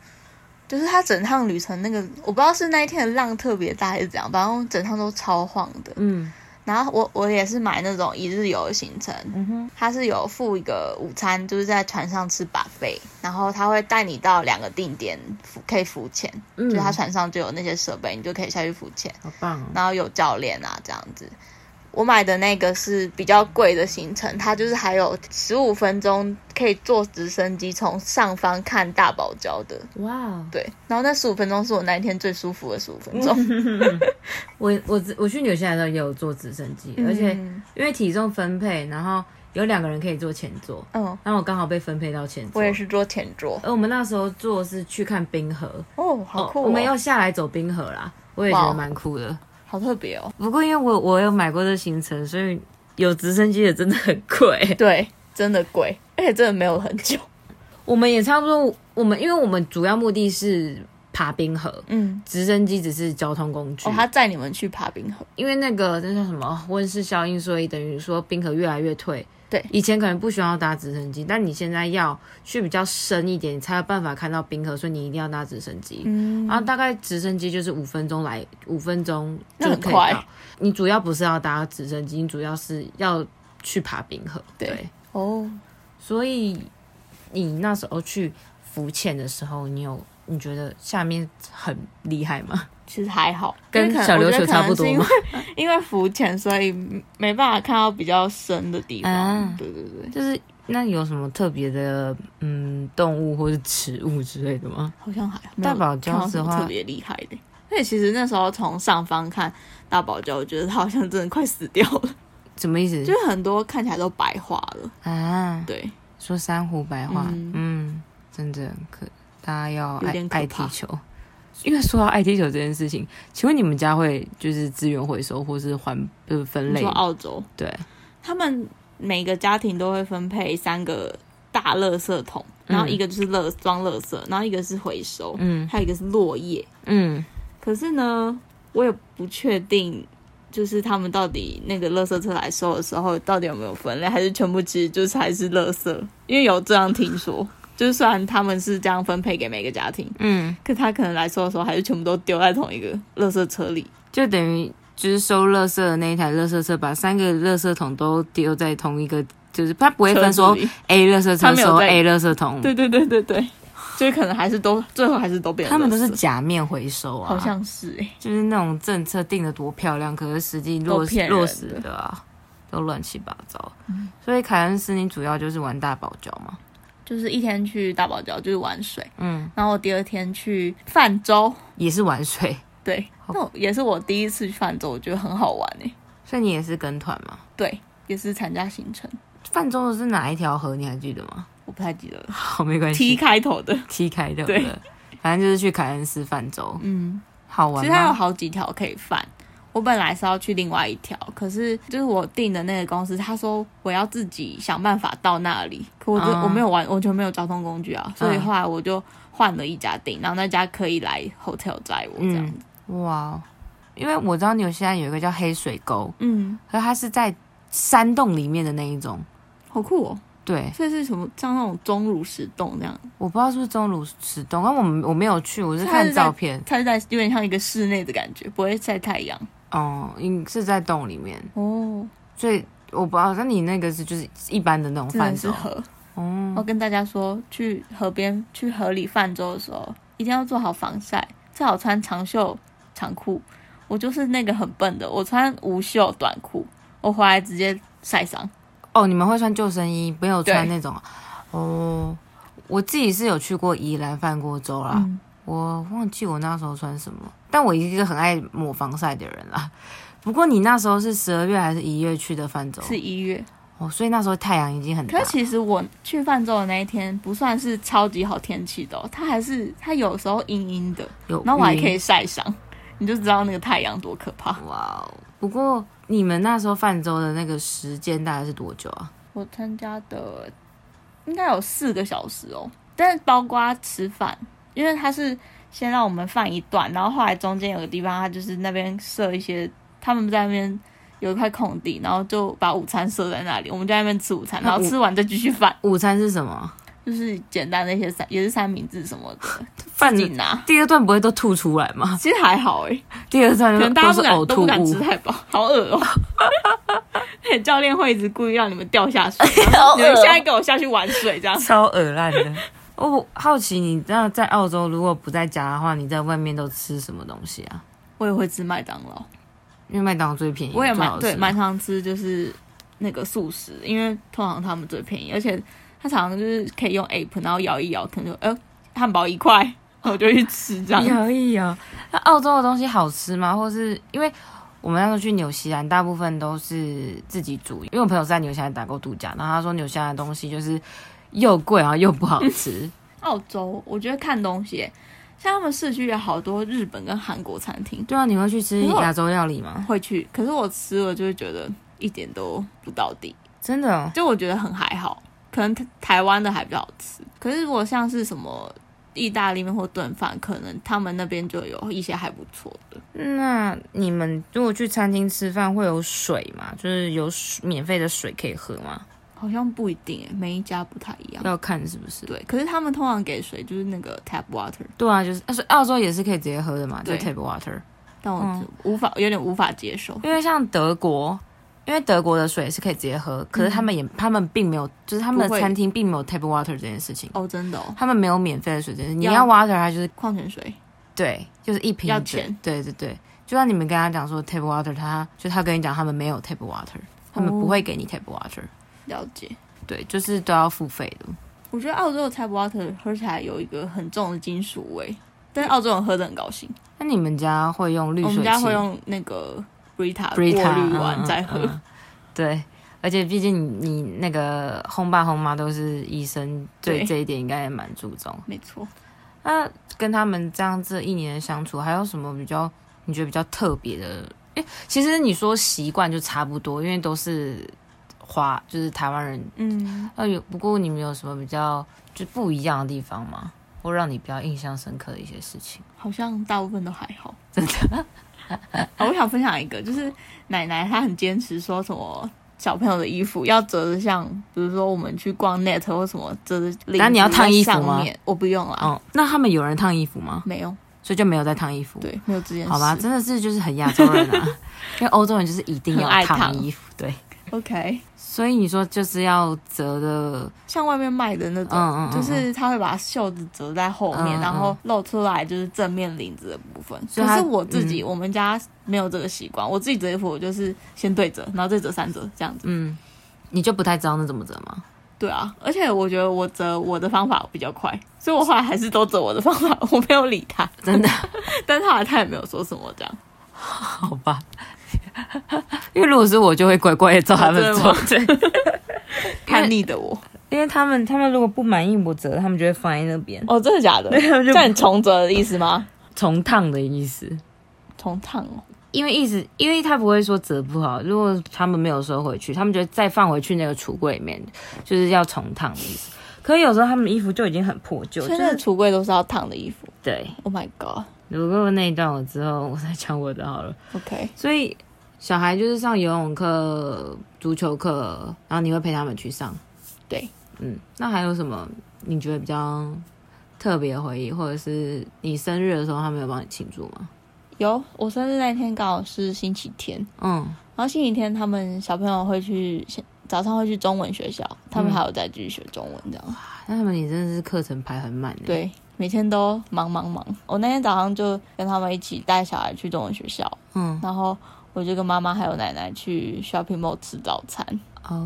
Speaker 1: 就是他整趟旅程那个，我不知道是那一天的浪特别大还是怎样，反正整趟都超晃的。
Speaker 2: 嗯
Speaker 1: 然后我我也是买那种一日游的行程，
Speaker 2: 嗯哼，
Speaker 1: 它是有附一个午餐，就是在船上吃 buffet，然后他会带你到两个定点浮可以浮潜，
Speaker 2: 嗯，
Speaker 1: 就是他船上就有那些设备，你就可以下去浮潜，
Speaker 2: 好棒哦，
Speaker 1: 然后有教练啊这样子。我买的那个是比较贵的行程，它就是还有十五分钟可以坐直升机从上方看大堡礁的，
Speaker 2: 哇哦！
Speaker 1: 对。然后那十五分钟是我那一天最舒服的十五分钟，
Speaker 2: 嗯我我自我去纽西兰的时候也有坐直升机，而且
Speaker 1: 嗯
Speaker 2: 因为体重分配，然后有两个人可以坐前座，
Speaker 1: 嗯，
Speaker 2: 然后我刚好被分配到前座。
Speaker 1: 我也。是坐前桌，
Speaker 2: 而我们那时候坐是去看冰河，
Speaker 1: 哦，好酷、哦哦
Speaker 2: 我们要下来走冰河啦，我也觉得蛮酷的。
Speaker 1: 好特别哦。
Speaker 2: 不过因为我我有买过这行程，所以有直升机的真的很贵。
Speaker 1: 对，真的贵，而且真的没有很久。
Speaker 2: 我们也差不多，我们因为我们主要目的是爬冰河，
Speaker 1: 嗯，
Speaker 2: 直升机只是交通工具。
Speaker 1: 哦，他载你们去爬冰河，
Speaker 2: 因为那个那叫什么温室效应，所以等于说冰河越来越退。
Speaker 1: 对
Speaker 2: 以前可能不需要搭直升机，但你现在要去比较深一点，你才有办法看到冰河，所以你一定要搭直升机。
Speaker 1: 嗯，
Speaker 2: 然后大概直升机就是五分钟来，五分钟就
Speaker 1: 那很
Speaker 2: 可以
Speaker 1: 快
Speaker 2: 到。你主要不是要搭直升机，你主要是要去爬冰河。
Speaker 1: 对哦，
Speaker 2: 所以你那时候去浮潜的时候，你有你觉得下面很厉害吗？
Speaker 1: 其实还好，
Speaker 2: 跟
Speaker 1: 因为可能
Speaker 2: 小琉球差不多
Speaker 1: 我觉得
Speaker 2: 吗
Speaker 1: 可能是因为 因为浮潜，所以没办法看到比较深的地方。
Speaker 2: 啊
Speaker 1: 对对对，
Speaker 2: 就是那有什么特别的嗯动物或是植物之类的吗？
Speaker 1: 好像还好。
Speaker 2: 大堡
Speaker 1: 没
Speaker 2: 礁
Speaker 1: 有看到
Speaker 2: 的
Speaker 1: 什么
Speaker 2: 话
Speaker 1: 特别厉害的。而且其实那时候从上方看大堡礁，我觉得它好像真的快死掉了，
Speaker 2: 什么意思？
Speaker 1: 就是很多看起来都白化了。
Speaker 2: 啊，
Speaker 1: 对，
Speaker 2: 说珊瑚白化，
Speaker 1: 嗯
Speaker 2: 嗯真的很可，大家要
Speaker 1: 有
Speaker 2: 爱
Speaker 1: 点可
Speaker 2: 爱
Speaker 1: 怕
Speaker 2: 踢球。因为说到爱踢球这件事情，请问你们家会就是资源回收或是环就是分
Speaker 1: 你
Speaker 2: 类
Speaker 1: 说
Speaker 2: 吗？
Speaker 1: 澳洲，
Speaker 2: 对，
Speaker 1: 他们每个家庭都会分配三个大垃圾桶，
Speaker 2: 嗯
Speaker 1: 然后一个就是垃装垃圾，然后一个是回收，
Speaker 2: 嗯
Speaker 1: 还有一个是落叶。
Speaker 2: 嗯，
Speaker 1: 可是呢，我也不确定，就是他们到底那个垃圾车来收的时候，到底有没有分类，还是全部其实就是还是垃圾？因为有这样听 说，就是虽然他们是这样分配给每个家庭，
Speaker 2: 嗯，
Speaker 1: 可他可能来收的时候，还是全部都丢在同一个垃圾车里。
Speaker 2: 就等于就是收垃圾的那一台垃圾车，把三个垃圾桶都丢在同一个，就是它不会
Speaker 1: 车
Speaker 2: 分
Speaker 1: 子
Speaker 2: 说
Speaker 1: 里
Speaker 2: A 垃圾
Speaker 1: 他
Speaker 2: 车
Speaker 1: 没有
Speaker 2: 收
Speaker 1: 在
Speaker 2: A 垃圾桶，
Speaker 1: 对对对对对，就是可能还是都最后还是都变成
Speaker 2: 他们都
Speaker 1: 垃圾
Speaker 2: 是假面回收啊，
Speaker 1: 好像是哎、
Speaker 2: 就是那种政策定的多漂亮，可是实际落
Speaker 1: 都
Speaker 2: 实
Speaker 1: 骗人
Speaker 2: 落
Speaker 1: 的
Speaker 2: 实的啊，都乱七八糟。所以凯恩斯，你主要就是玩大堡礁嘛？
Speaker 1: 就是一天去大堡礁就是玩水，
Speaker 2: 嗯，
Speaker 1: 然后我第二天去泛舟，
Speaker 2: 也是玩水，
Speaker 1: 对，那我也是我第一次去泛舟，我觉得很好玩诶、
Speaker 2: 所以你也是跟团嘛？
Speaker 1: 对，也是参加行程，
Speaker 2: 泛舟的是哪一条河？你还记得吗？
Speaker 1: 我不太记得了
Speaker 2: 好，没关
Speaker 1: ，T
Speaker 2: 系
Speaker 1: 开头的，
Speaker 2: ，T 开的，
Speaker 1: 对，
Speaker 2: 反正就是去凯恩斯泛舟，
Speaker 1: 嗯，
Speaker 2: 好
Speaker 1: 其
Speaker 2: 玩
Speaker 1: 实它有
Speaker 2: 吗？
Speaker 1: 好几条可以泛。我本来是要去另外一条，可是就是我订的那个公司，他说我要自己想办法到那里，可我就、
Speaker 2: 嗯
Speaker 1: 我没有玩，我就没有交通工具啊，所以
Speaker 2: 嗯
Speaker 1: 后来我就换了一家订，然后那家可以来 hotel 载我这样子，
Speaker 2: 哇，哦因为我知道纽西兰有一个叫黑水沟，
Speaker 1: 嗯，
Speaker 2: 可是它是在山洞里面的那一种。
Speaker 1: 好酷哦。
Speaker 2: 对，
Speaker 1: 所以是什么像那种钟乳石洞这样，
Speaker 2: 我不知道是不是钟乳石洞，但我们我没有去，我是
Speaker 1: 它
Speaker 2: 看
Speaker 1: 是在
Speaker 2: 照片。
Speaker 1: 它是在有点像一个室内的感觉，不会晒太阳
Speaker 2: 哦，应是在洞里面，
Speaker 1: 哦，
Speaker 2: 所以我不知道。那你那个是就是一般的那种
Speaker 1: 真的
Speaker 2: 饭
Speaker 1: 是
Speaker 2: 手
Speaker 1: 河。
Speaker 2: 哦
Speaker 1: 我跟大家说，去河边去河里泛舟的时候，一定要做好防晒，最好穿长袖长裤。我就是那个很笨的，我穿无袖短裤，我回来直接晒伤。
Speaker 2: 哦，你们会穿救生衣，没有穿
Speaker 1: 对
Speaker 2: 那种啊哦。我自己是有去过宜兰泛过舟啦，
Speaker 1: 嗯
Speaker 2: 我忘记我那时候穿什么，但我一个很爱抹防晒的人啦。 不过你那时候是十二月还是一月去的泛舟？
Speaker 1: 是一月，
Speaker 2: 哦，所以那时候太阳已经很大
Speaker 1: 可是。其实我去泛舟的那一天不算是超级好天气的、哦，它还是它有时候阴阴的，
Speaker 2: 有
Speaker 1: 然后我还
Speaker 2: 云
Speaker 1: 可以晒伤，你就知道那个太阳多可怕。
Speaker 2: 哇哦！不过你们那时候泛舟的那个时间大概是多久啊？
Speaker 1: 我参加的应该有四个小时哦，但是包括吃饭，因为他是先让我们放一段，然后后来中间有个地方，他就是那边设一些，他们在那边有一块空地，然后就把午餐设在那里，我们就在那边吃 午餐，
Speaker 2: 那
Speaker 1: 然后吃完再继续饭，
Speaker 2: 午餐是什么？
Speaker 1: 就是简单的一些三也是三明治什么的，自己拿。
Speaker 2: 第二段不会都吐出来吗？
Speaker 1: 其实还好哎、
Speaker 2: 第二段
Speaker 1: 可能大
Speaker 2: 嗯
Speaker 1: 家不
Speaker 2: 都是
Speaker 1: 敢
Speaker 2: 呕
Speaker 1: 都
Speaker 2: 吐
Speaker 1: 不敢吃
Speaker 2: 物，
Speaker 1: 太饱，好恶 哦、而且教练会一直故意让你们掉下水，
Speaker 2: 好哦
Speaker 1: 你们现在给我下去玩水这样。
Speaker 2: 超恶烂 的。我哦好奇你那在澳洲如果不在家的话，你在外面都吃什么东西啊？
Speaker 1: 我也会吃麦当劳，
Speaker 2: 因为麦当劳最便宜，
Speaker 1: 我也
Speaker 2: 最
Speaker 1: 蛮
Speaker 2: 好吃
Speaker 1: 对蛮常吃就是那个素食，因为通常他们最便宜，而且他常常就是可以用 app，然后摇一摇，可能就呃汉堡一块， 我就去吃这样。
Speaker 2: 有一有。那澳洲的东西好吃吗？或是因为我们那时候去纽西兰，大部分都是自己煮，因为我朋友是在纽西兰打过度假，然后他说纽西兰的东西就是又贵然后又不好 吃。
Speaker 1: 澳洲我觉得看东西耶，像他们市区有好多日本跟韩国餐厅
Speaker 2: 对啊，你会去吃亚洲料理吗？
Speaker 1: 会去，可是我吃了就会觉得一点都不到底，
Speaker 2: 真的、哦，
Speaker 1: 就我觉得很还好，可能台台湾的还比较好吃。可是如果像是什么嗯意大利面或炖饭，可能他们那边就有一些还不错的。
Speaker 2: 那你们如果去餐厅吃饭会有水吗？就是有水免费的水可以喝吗？
Speaker 1: 好像不一定耶，每一家不太一样。
Speaker 2: 要看是不是？
Speaker 1: 对，可是他们通常给水就是那个 tap water，
Speaker 2: 对啊，就是，但是澳洲也是可以直接喝的嘛，就
Speaker 1: 对
Speaker 2: tap water。
Speaker 1: 但我
Speaker 2: 嗯
Speaker 1: 就无法、有点无法接受。
Speaker 2: 因为像德国，因为德国的水是可以直接喝，可是他
Speaker 1: 嗯
Speaker 2: 们也、他们并没有，就是他们
Speaker 1: 不
Speaker 2: 的
Speaker 1: 会
Speaker 2: 餐厅并没有 tap water 这件事情，
Speaker 1: 哦，真的哦，
Speaker 2: 他们没有免费的水这件事。你
Speaker 1: 要
Speaker 2: 要 water，它就是
Speaker 1: 矿泉水
Speaker 2: 对，就是一瓶
Speaker 1: 哦要
Speaker 2: 的
Speaker 1: 钱
Speaker 2: 对对对，就算你们跟他讲说 tap water，他就他跟你讲他们没有 tap water，他们
Speaker 1: 哦
Speaker 2: 不会给你 tap water，、
Speaker 1: 了解。
Speaker 2: 对，就是都要付费的。
Speaker 1: 我觉得澳洲的 tap water 喝起来有一个很重的金属味，但是澳洲人喝的很高兴。
Speaker 2: 那你们家会用滤
Speaker 1: 我
Speaker 2: 水器？
Speaker 1: 们家会用那个 Brita 过
Speaker 2: Brita
Speaker 1: 滤
Speaker 2: 嗯
Speaker 1: 完
Speaker 2: 嗯
Speaker 1: 再喝。
Speaker 2: 嗯对，而且毕竟你你那个轰爸轰妈都是医生，对
Speaker 1: 对
Speaker 2: 这一点应该也蛮注重。
Speaker 1: 没错，
Speaker 2: 那啊跟他们这样这一年的相处，还有什么比较你觉得比较特别的？诶，其实你说习惯就差不多，因为都是华，就是台湾人。
Speaker 1: 嗯，
Speaker 2: 那有不过你们有什么比较就不一样的地方吗？或让你比较印象深刻的一些事情？
Speaker 1: 好像大部分都还好，真 的。我想分享一个，就是奶奶她很坚持说什么。小朋友的衣服要折着像，比如说我们去逛 Net 或什么折着领
Speaker 2: 那
Speaker 1: 子
Speaker 2: 你要烫衣服
Speaker 1: 在
Speaker 2: 吗
Speaker 1: 上面？我不用啦，
Speaker 2: 哦，那他们有人烫衣服吗？
Speaker 1: 没有，
Speaker 2: 所以就没有在烫衣服。
Speaker 1: 对，没有这件事。
Speaker 2: 好吧，真的是就是很亚洲人啊， 因为欧洲人就是一定要
Speaker 1: 很爱
Speaker 2: 烫
Speaker 1: 烫
Speaker 2: 衣服，对。
Speaker 1: ，OK。
Speaker 2: 所以你说就是要折的，
Speaker 1: 像外面卖的那种，
Speaker 2: 嗯嗯嗯
Speaker 1: 就是他会把袖子折在后面，
Speaker 2: 嗯嗯
Speaker 1: 然后露出来就是正面领子的部分。
Speaker 2: 所以嗯
Speaker 1: 可
Speaker 2: 它
Speaker 1: 是我自己，我们家没有这个习惯。我自己折衣服，我就是先对折，然后再折三折这样子。
Speaker 2: 嗯，你就不太知道那怎么折吗？
Speaker 1: 对啊，而且我觉得我折我的方法比较快，所以我后来还是都折我的方法， 我没有理他。
Speaker 2: 真的，
Speaker 1: 但是后来他也没有说什么这样。
Speaker 2: 好吧。 因为如果是我，就会乖乖的照他们做，
Speaker 1: 哦
Speaker 2: 对，
Speaker 1: 叛逆的我，
Speaker 2: 因为他们他们如果不满意我折，他们就会放在那边
Speaker 1: 哦，真的假的？
Speaker 2: 们就
Speaker 1: 叫你重折的意思吗？
Speaker 2: 重烫的意思。
Speaker 1: 重烫哦，
Speaker 2: 因为一直，因为他不会说折不好，如果他们没有收回去，他们就再放回去那个橱柜里面，就是要重烫的意思。可是有时候他们衣服就已经很破旧，就
Speaker 1: 所以那个
Speaker 2: 是
Speaker 1: 橱柜都是要烫的衣服。
Speaker 2: 对。
Speaker 1: Oh my god。
Speaker 2: 如果那一段我之后我再讲我的好了。
Speaker 1: OK，
Speaker 2: 所以小孩就是上游泳课、足球课，然后你会陪他们去上。
Speaker 1: 对，
Speaker 2: 嗯，那还有什么你觉得比较特别的回忆，或者是你生日的时候他们有帮你庆祝吗？
Speaker 1: 有我生日那天刚好是星期天，
Speaker 2: 嗯，
Speaker 1: 然后星期天他们小朋友会去先早上会去中文学校，他们还有在继续学中文这样。
Speaker 2: 那他们你真的是课程排很满欸的。，
Speaker 1: 对，每天都忙忙忙。我那天早上就跟他们一起带小孩去中文学校，
Speaker 2: 嗯，
Speaker 1: 然后我就跟妈妈还有奶奶去 shopping mall 吃早餐。
Speaker 2: 哦，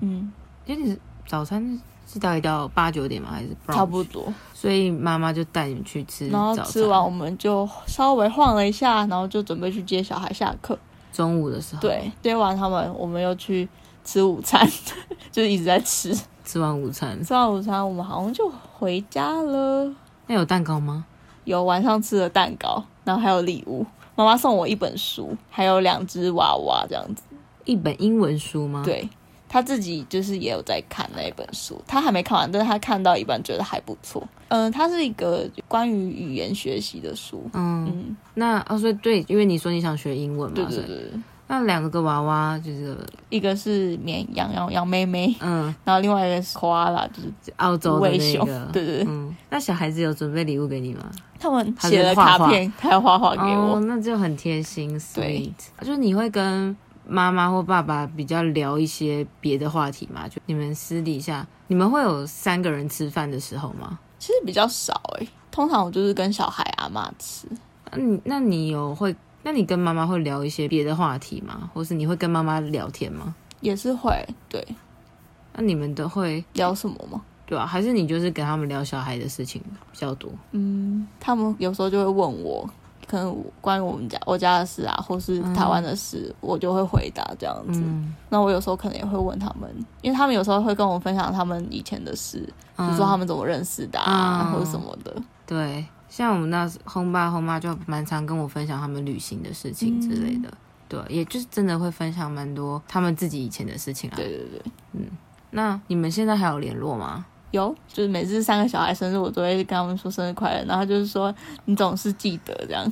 Speaker 1: 嗯，
Speaker 2: 因为你早餐是大概到八九点吗？还是 brunch？嗯
Speaker 1: 差不多。
Speaker 2: 所以妈妈就带你们去吃
Speaker 1: 然
Speaker 2: 早
Speaker 1: 后
Speaker 2: 餐。
Speaker 1: 吃完我们就稍微晃了一下，然后就准备去接小孩下课。
Speaker 2: 中午的时候，，
Speaker 1: 对，接完他们，我们又去吃午餐， 就是一直在吃。
Speaker 2: 吃完午餐，
Speaker 1: 吃完午餐，我们好像就回家了。
Speaker 2: 那有蛋糕吗？
Speaker 1: 有晚上吃的蛋糕，然后还有礼物。妈妈送我一本书，还有两只娃娃这样子。
Speaker 2: 一本英文书吗？。
Speaker 1: 对，她自己就是也有在看那一本书，她还没看完，但是她看到一半觉得还不错。嗯，它是一个关于语言学习的书。
Speaker 2: 嗯，
Speaker 1: 嗯，
Speaker 2: 那哦，所以对，因为你说你想学英文嘛，
Speaker 1: 对对
Speaker 2: 所以
Speaker 1: 对，
Speaker 2: 那两个娃娃就是，
Speaker 1: 一个是绵羊，然后羊妹妹，
Speaker 2: 嗯，
Speaker 1: 然后另外一个是花啦，就是
Speaker 2: 澳洲的
Speaker 1: 威
Speaker 2: 那
Speaker 1: 熊
Speaker 2: 个，，
Speaker 1: 对对对，
Speaker 2: 嗯，那小孩子有准备礼物给你吗？
Speaker 1: 他们
Speaker 2: 他是
Speaker 1: 写了
Speaker 2: 画
Speaker 1: 卡
Speaker 2: 画
Speaker 1: 片，还有画画给
Speaker 2: 哦
Speaker 1: 我，，
Speaker 2: 那就很贴心
Speaker 1: 对
Speaker 2: ，sweet。就是你会跟妈妈或爸爸比较聊一些别的话题吗？就你们私底下，你们会有三个人吃饭的时候吗？
Speaker 1: 其实比较少诶、通常我就是跟小孩阿妈吃，
Speaker 2: 那你那你有会？那你跟妈妈会聊一些别的话题吗？或是你会跟妈妈聊天吗？
Speaker 1: 也是会对
Speaker 2: 那你们都会
Speaker 1: 聊什么吗？
Speaker 2: 对啊？还是你就是跟他们聊小孩的事情比较多？
Speaker 1: 嗯，他们有时候就会问我，可能关于我们家我家的事啊，或是台湾的事，我就会回答这样子。
Speaker 2: 嗯，
Speaker 1: 那我有时候可能也会问他们，因为他们有时候会跟我分享他们以前的事，比
Speaker 2: 嗯
Speaker 1: 如说他们怎么认识的啊，
Speaker 2: 嗯
Speaker 1: 或者什么的。
Speaker 2: 对，像我们那时轰爸轰妈就蛮常跟我分享他们旅行的事情之类
Speaker 1: 嗯
Speaker 2: 的，对，也就是真的会分享蛮多他们自己以前的事情啊。
Speaker 1: 对对对，
Speaker 2: 那你们现在还有联络吗？
Speaker 1: 有就是每次三个小孩生日，我都会跟他们说生日快乐，然后就是说你总是记得这样。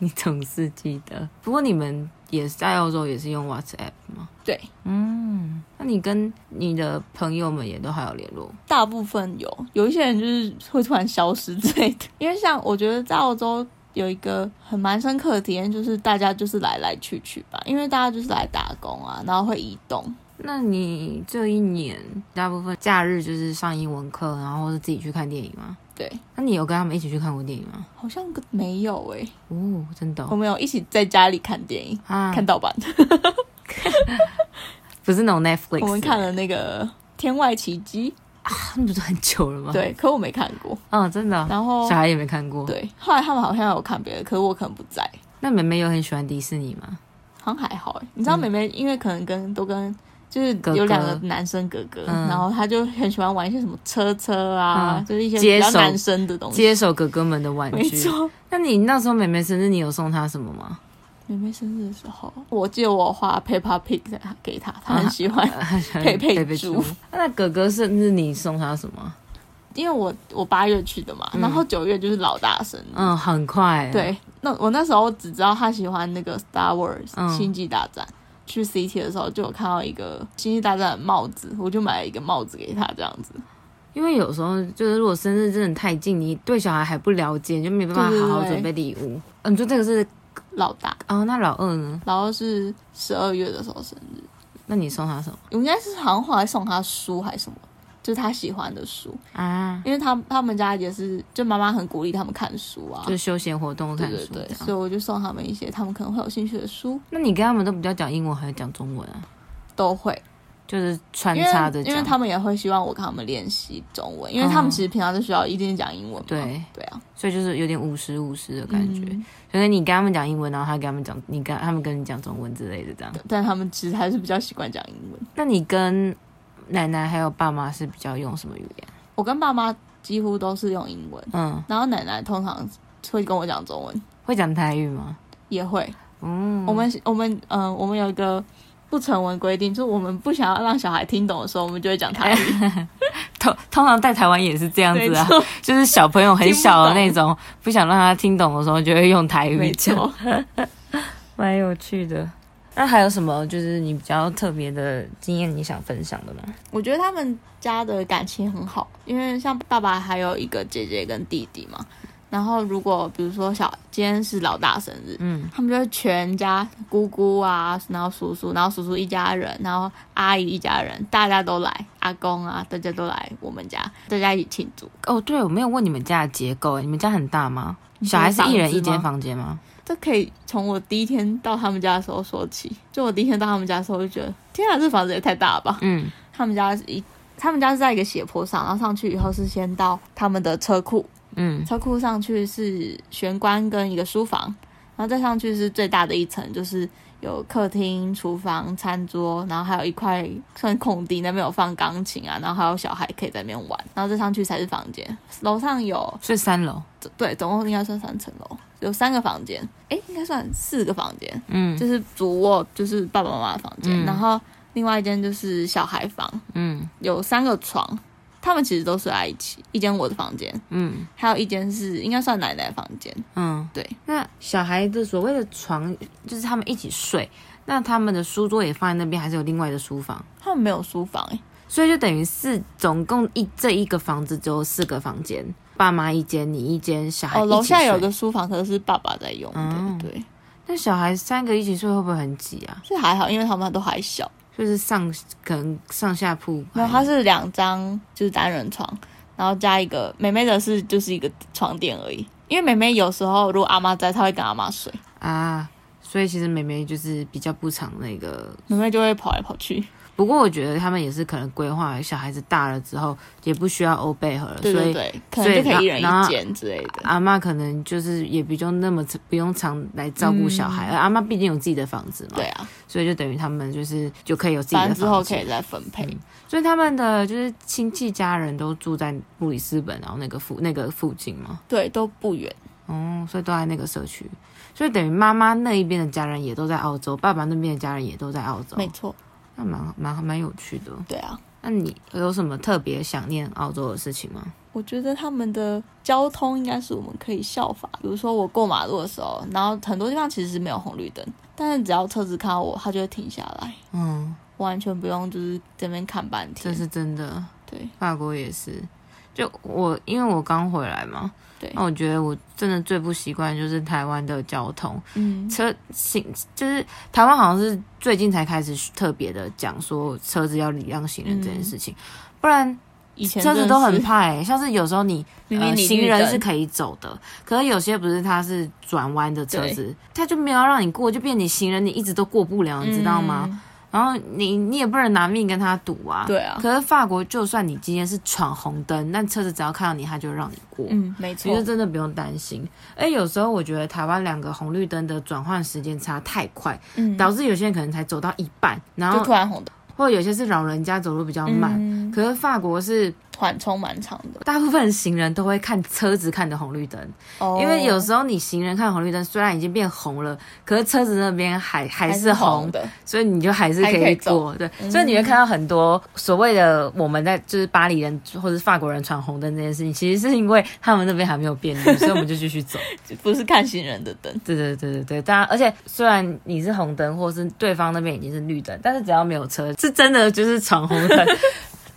Speaker 2: 你总是记得，不过你们也是在澳洲也是用 WhatsApp 吗？
Speaker 1: 对，
Speaker 2: 嗯，那你跟你的朋友们也都还有联络？
Speaker 1: 大部分有，有一些人就是会突然消失之类的。 因为像我觉得在澳洲有一个很蛮深刻的体验，就是大家就是来来去去吧，因为大家就是来打工啊，然后会移动。
Speaker 2: 那你这一年大部分假日就是上英文课，然后或是自己去看电影吗？
Speaker 1: 对，
Speaker 2: 那你有跟他们一起去看过电影吗？
Speaker 1: 好像没有诶、
Speaker 2: 哦，真的、
Speaker 1: 我
Speaker 2: 哦、
Speaker 1: 们有一起在家里看电影，
Speaker 2: 啊
Speaker 1: 看，盗版。
Speaker 2: 不是那种 Netflix，
Speaker 1: 我们看了那个《天外奇迹
Speaker 2: 他们不是很久了吗？》，，
Speaker 1: 对，可我没看过。
Speaker 2: 嗯，真的哦，
Speaker 1: 然后
Speaker 2: 小孩也没看过。，
Speaker 1: 对，后来他们好像有看别的，可是我可能不在，
Speaker 2: 那妹妹有很喜欢迪士尼吗？
Speaker 1: 好像还好哎。你知道妹妹，因为可能跟都跟就是
Speaker 2: 哥哥
Speaker 1: 有两个男生哥哥，
Speaker 2: 嗯
Speaker 1: 然后他就很喜欢玩一些什么车车啊，
Speaker 2: 嗯
Speaker 1: 就是一些
Speaker 2: 接
Speaker 1: 比较
Speaker 2: 手
Speaker 1: 男生的东西。
Speaker 2: 接手哥哥们的玩
Speaker 1: 哦没
Speaker 2: 具。
Speaker 1: 错，
Speaker 2: 那你那时候妹妹生日，你有送她什么吗？
Speaker 1: 妹妹生日的时候，我记得我画 Peppa Pig 给她给她，她很喜欢，佩佩
Speaker 2: 啊佩佩
Speaker 1: 猪
Speaker 2: 猪。啊那哥哥生日你送他什么？
Speaker 1: 因为我我八月去的嘛，然后九月就是老大生日，
Speaker 2: 嗯，很快。，
Speaker 1: 对，那我那时候只知道他喜欢那个 Star Wars、
Speaker 2: 嗯
Speaker 1: 星际大战。去 CT 的时候就有看到一个星际大战的帽子，我就买了一个帽子给他，这样子。
Speaker 2: 因为有时候就是如果生日真的太近，你对小孩还不了解，你就没办法好好
Speaker 1: 对对对
Speaker 2: 准备礼物。嗯，你说这个是
Speaker 1: 老大，
Speaker 2: 哦，那老二呢？
Speaker 1: 然后是十二月的时候生日，
Speaker 2: 那你送他什么
Speaker 1: 我应该是好像后来送他书还是什么，就是他喜欢的书，
Speaker 2: 啊？
Speaker 1: 因为他他们家也是，就妈妈很鼓励他们看书啊
Speaker 2: 就，是休闲活动
Speaker 1: 对
Speaker 2: 看
Speaker 1: 对
Speaker 2: 书
Speaker 1: 对，
Speaker 2: 这
Speaker 1: 所以
Speaker 2: 样。
Speaker 1: 我就送他们一些他们可能会有兴趣的书，
Speaker 2: 那你跟他们都比较讲英文还是讲中文啊？
Speaker 1: 都会，
Speaker 2: 就是穿
Speaker 1: 因
Speaker 2: 插着
Speaker 1: 为
Speaker 2: 讲，
Speaker 1: 因为他们也会希望我跟他们练习中文，因为他们
Speaker 2: 嗯
Speaker 1: 其实平常在学校一定讲英文嘛，
Speaker 2: 对
Speaker 1: 对啊，
Speaker 2: 所以就是有点五十五十的感觉。
Speaker 1: 嗯
Speaker 2: 所以你跟他们讲英文，然后他跟他们讲，你跟他们跟你讲中文之类的这样。
Speaker 1: 但他们其实还是比较习惯讲英文。
Speaker 2: 那你跟奶奶还有爸妈是比较用什么语言？
Speaker 1: 我跟爸妈几乎都是用英文，
Speaker 2: 嗯，
Speaker 1: 然后奶奶通常会跟我讲中文，
Speaker 2: 会讲台语吗？
Speaker 1: 也会。
Speaker 2: 嗯，
Speaker 1: 我们我们嗯、呃我们有一个不成文规定，就是我们不想要让小孩听懂的时候，我们就会讲台语。
Speaker 2: 通通常在台湾也是这样
Speaker 1: 没
Speaker 2: 子啊，
Speaker 1: 错，
Speaker 2: 就是小朋友很小的
Speaker 1: 听
Speaker 2: 那种，不想让他听懂的时候，就会用台语
Speaker 1: 没
Speaker 2: 讲，
Speaker 1: 错。
Speaker 2: 蛮有趣的。那还有什么就是你比较特别的经验你想分享的吗？
Speaker 1: 我觉得他们家的感情很好，因为像爸爸还有一个姐姐跟弟弟嘛。然后如果比如说小今天是老大生日，
Speaker 2: 嗯，
Speaker 1: 他们就会全家姑姑啊，然后叔叔，然后叔叔一家人，然后阿姨一家人，大家都来，阿公啊，大家都来我们家，大家一起庆祝。
Speaker 2: 哦，对，我没有问你们家的结构，欸你们家很大吗？
Speaker 1: 你
Speaker 2: 小
Speaker 1: 说
Speaker 2: 孩是一
Speaker 1: 房
Speaker 2: 人
Speaker 1: 子
Speaker 2: 一间
Speaker 1: 吗
Speaker 2: 房间吗？
Speaker 1: 这可以从我第一天到他们家的时候说起。就我第一天到他们家的时候，我就觉得天啊，这房子也太大了吧！
Speaker 2: 嗯，
Speaker 1: 他们家是一，他们家是在一个斜坡上，然后上去以后是先到他们的车库，
Speaker 2: 嗯
Speaker 1: 车库上去是玄关跟一个书房，然后再上去是最大的一层，就是有客厅、厨房、餐桌，然后还有一块算空地，那边有放钢琴啊，然后还有小孩可以在那边玩，然后再上去才是房间。楼上有，
Speaker 2: 所以三楼，
Speaker 1: 对，总共应该算三层楼，有三个房间，诶，应该算四个房间，
Speaker 2: 嗯
Speaker 1: 就是主卧就是爸爸妈妈的房间，
Speaker 2: 嗯
Speaker 1: 然后另外一间就是小孩房，
Speaker 2: 嗯
Speaker 1: 有三个床，他们其实都睡在一起，一间我的房间，
Speaker 2: 嗯
Speaker 1: 还有一间是应该算奶奶房间。
Speaker 2: 嗯，
Speaker 1: 对。
Speaker 2: 那小孩的所谓的床，就是他们一起睡，那他们的书桌也放在那边，还是有另外的书房？
Speaker 1: 他们没有书房、欸，
Speaker 2: 所以就等于四，总共一这一个房子只有四个房间，爸妈一间，你一间，小孩
Speaker 1: 哦，楼下有
Speaker 2: 一起睡
Speaker 1: 个。书房，可是是爸爸在用的，
Speaker 2: 哦
Speaker 1: 对，
Speaker 2: 那小孩三个一起睡会不会很挤啊？
Speaker 1: 这还好，因为他们都还小。
Speaker 2: 就是上可能上下铺，
Speaker 1: 没有，它是两张就是单人床，然后加一个妹妹的是就是一个床垫而已。因为妹妹有时候如果阿妈在，她会跟阿妈睡，
Speaker 2: 啊，所以其实妹妹就是比较不常那个。
Speaker 1: 妹妹就会跑来跑去。
Speaker 2: 不过我觉得他们也是可能规划小孩子大了之后也不需要欧贝盒了，
Speaker 1: 对对
Speaker 2: 所以
Speaker 1: 对，可能就可
Speaker 2: 所以
Speaker 1: 嗯以一人
Speaker 2: 然
Speaker 1: 一
Speaker 2: 后
Speaker 1: 间之类的。
Speaker 2: 阿妈可能就是也比较那么不用常来照顾小孩，而阿妈毕竟有自己的房子嘛，
Speaker 1: 嗯对，啊，
Speaker 2: 所以就等于他们就是就可以有自己
Speaker 1: 反
Speaker 2: 的
Speaker 1: 正之后
Speaker 2: 房
Speaker 1: 可
Speaker 2: 子。
Speaker 1: 以再嗯分配。
Speaker 2: 所以他们的就是亲戚家人都住在布里斯本，然后那个附那个附近嘛，
Speaker 1: 对，都不远。
Speaker 2: 哦，所以都在那个社区，所以等于妈妈那一边的家人也都在澳洲，爸爸那边的家人也都在澳洲，
Speaker 1: 没错，
Speaker 2: 那蛮蛮蛮有趣的。
Speaker 1: 对啊，
Speaker 2: 那你有什么特别想念澳洲的事情吗？
Speaker 1: 我觉得他们的交通应该是我们可以效法。比如说我过马路的时候，然后很多地方其实是没有红绿灯，但是只要车子看到我，它就会停下来，
Speaker 2: 嗯，
Speaker 1: 完全不用就是这边看半
Speaker 2: 这
Speaker 1: 天。
Speaker 2: 是真的，
Speaker 1: 对，
Speaker 2: 法国也是。就我，因为我刚回来嘛，
Speaker 1: 对
Speaker 2: 那我觉得我真的最不习惯就是台湾的交通
Speaker 1: 嗯，
Speaker 2: 车行，就是台湾好像是最近才开始特别的讲说车子要礼让行人这件事情，不然
Speaker 1: 以嗯前
Speaker 2: 车
Speaker 1: 真
Speaker 2: 子
Speaker 1: 的
Speaker 2: 都很
Speaker 1: 是
Speaker 2: 怕欸，像是有时候你
Speaker 1: 明明
Speaker 2: 呃、
Speaker 1: 你
Speaker 2: 行
Speaker 1: 绿
Speaker 2: 人
Speaker 1: 灯
Speaker 2: 是可以走的，可是有些不是，它是转弯的车
Speaker 1: 对
Speaker 2: 子，它就没有让你过，就变你行人你一直都过不了，你知道吗？？然后你你也不能拿命跟他赌啊。
Speaker 1: 嗯。对啊，
Speaker 2: 可是法国，就算你今天是闯红灯，那车子只要看到你，它就让你过。
Speaker 1: 嗯，没
Speaker 2: 其
Speaker 1: 错
Speaker 2: 实，真的不用担心。哎，有时候我觉得台湾两个红绿灯的转换时间差太快，
Speaker 1: 嗯，
Speaker 2: 导致有些人可能才走到一半，然
Speaker 1: 就
Speaker 2: 后
Speaker 1: 突然红灯，
Speaker 2: 或者有些是老人家走路比较慢。
Speaker 1: 嗯，
Speaker 2: 可是法国是
Speaker 1: 缓冲蛮长的，
Speaker 2: 大部分行人都会看车子看的红绿灯，
Speaker 1: 哦
Speaker 2: 因为有时候你行人看红绿灯，虽然已经变红了，可是车子那边还还
Speaker 1: 还
Speaker 2: 是红，
Speaker 1: 的，
Speaker 2: 所以你就还是可
Speaker 1: 还可
Speaker 2: 以
Speaker 1: 以走
Speaker 2: 过。对，所以你会看到很多所谓的我们在就是巴黎人或者是法国人闯红灯这件事情，其实是因为他们那边还没有变绿，所以我们就继续 走。
Speaker 1: 不是看行人的灯，
Speaker 2: 对对对对对，当然，而且虽然你是红灯，或是对方那边已经是绿灯，但是只要没有车，是真的就是闯红 灯。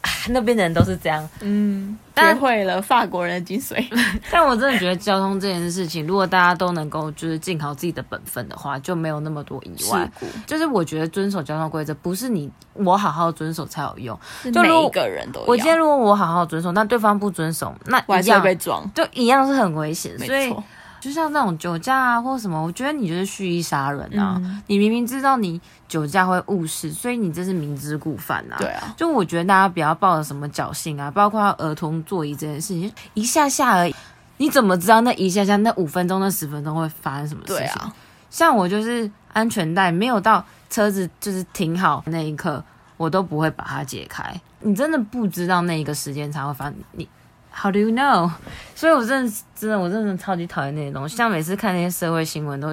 Speaker 2: 啊那边的人都是这样，
Speaker 1: 嗯，学
Speaker 2: 但
Speaker 1: 会了法国人的精 髓，
Speaker 2: 但我真的觉得交通这件事情，如果大家都能够就是尽好自己的本分的话，就没有那么多意外。
Speaker 1: 故
Speaker 2: 就是我觉得遵守交通规则，不是你我好好遵守才有用。
Speaker 1: 是
Speaker 2: 就
Speaker 1: 每
Speaker 2: 如
Speaker 1: 一个人都要，
Speaker 2: 我今天如果我好好遵守，那对方不遵守，那
Speaker 1: 我还
Speaker 2: 一
Speaker 1: 是会
Speaker 2: 样
Speaker 1: 被撞，
Speaker 2: 就一样是很危险。所
Speaker 1: 没
Speaker 2: 以
Speaker 1: 错，
Speaker 2: 就像那种酒驾啊或什么，我觉得你就是蓄意杀人啊！
Speaker 1: 嗯
Speaker 2: 你明明知道你酒驾会误事，所以你这是明知故犯啊！
Speaker 1: 对啊，
Speaker 2: 就我觉得大家不要抱着什么侥幸啊，包括儿童座椅这件事情，一下下而已。你怎么知道那一下下、那五分钟、那十分钟会发生什么事情？
Speaker 1: 对啊，
Speaker 2: 像我就是安全带没有到车子就是停好那一刻，我都不会把它解开。你真的不知道那一个时间才会发生你。How do you know？所以，我真的真的我真的超级讨厌那些东西。像每次看那些社会新闻，都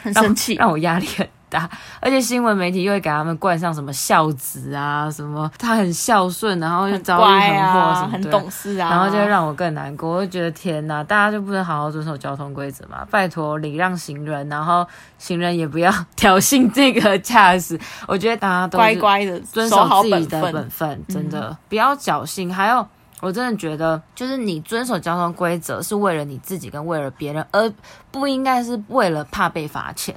Speaker 1: 很
Speaker 2: 让我
Speaker 1: 生气，
Speaker 2: 让我压力很大。而且新闻媒体又会给他们冠上什么孝子啊，什么他很孝顺，然后又
Speaker 1: 很
Speaker 2: 遭遇
Speaker 1: 乖
Speaker 2: 横祸什
Speaker 1: 啊，
Speaker 2: 么，
Speaker 1: 很
Speaker 2: 对
Speaker 1: 懂事啊，
Speaker 2: 然后就会让我更难过，我就觉得天哪，大家就不能好好遵守交通规则嘛？拜托，礼让行人，然后行人也不要 挑衅这个驾驶。我觉得大家都
Speaker 1: 乖
Speaker 2: 是
Speaker 1: 乖的
Speaker 2: 遵
Speaker 1: 守
Speaker 2: 守
Speaker 1: 好
Speaker 2: 自己的
Speaker 1: 分，嗯
Speaker 2: 本分，真的、不要侥幸。还有，我真的觉得，就是你遵守交通规则是为了你自己跟为了别人，而不应该是为了怕被罚钱。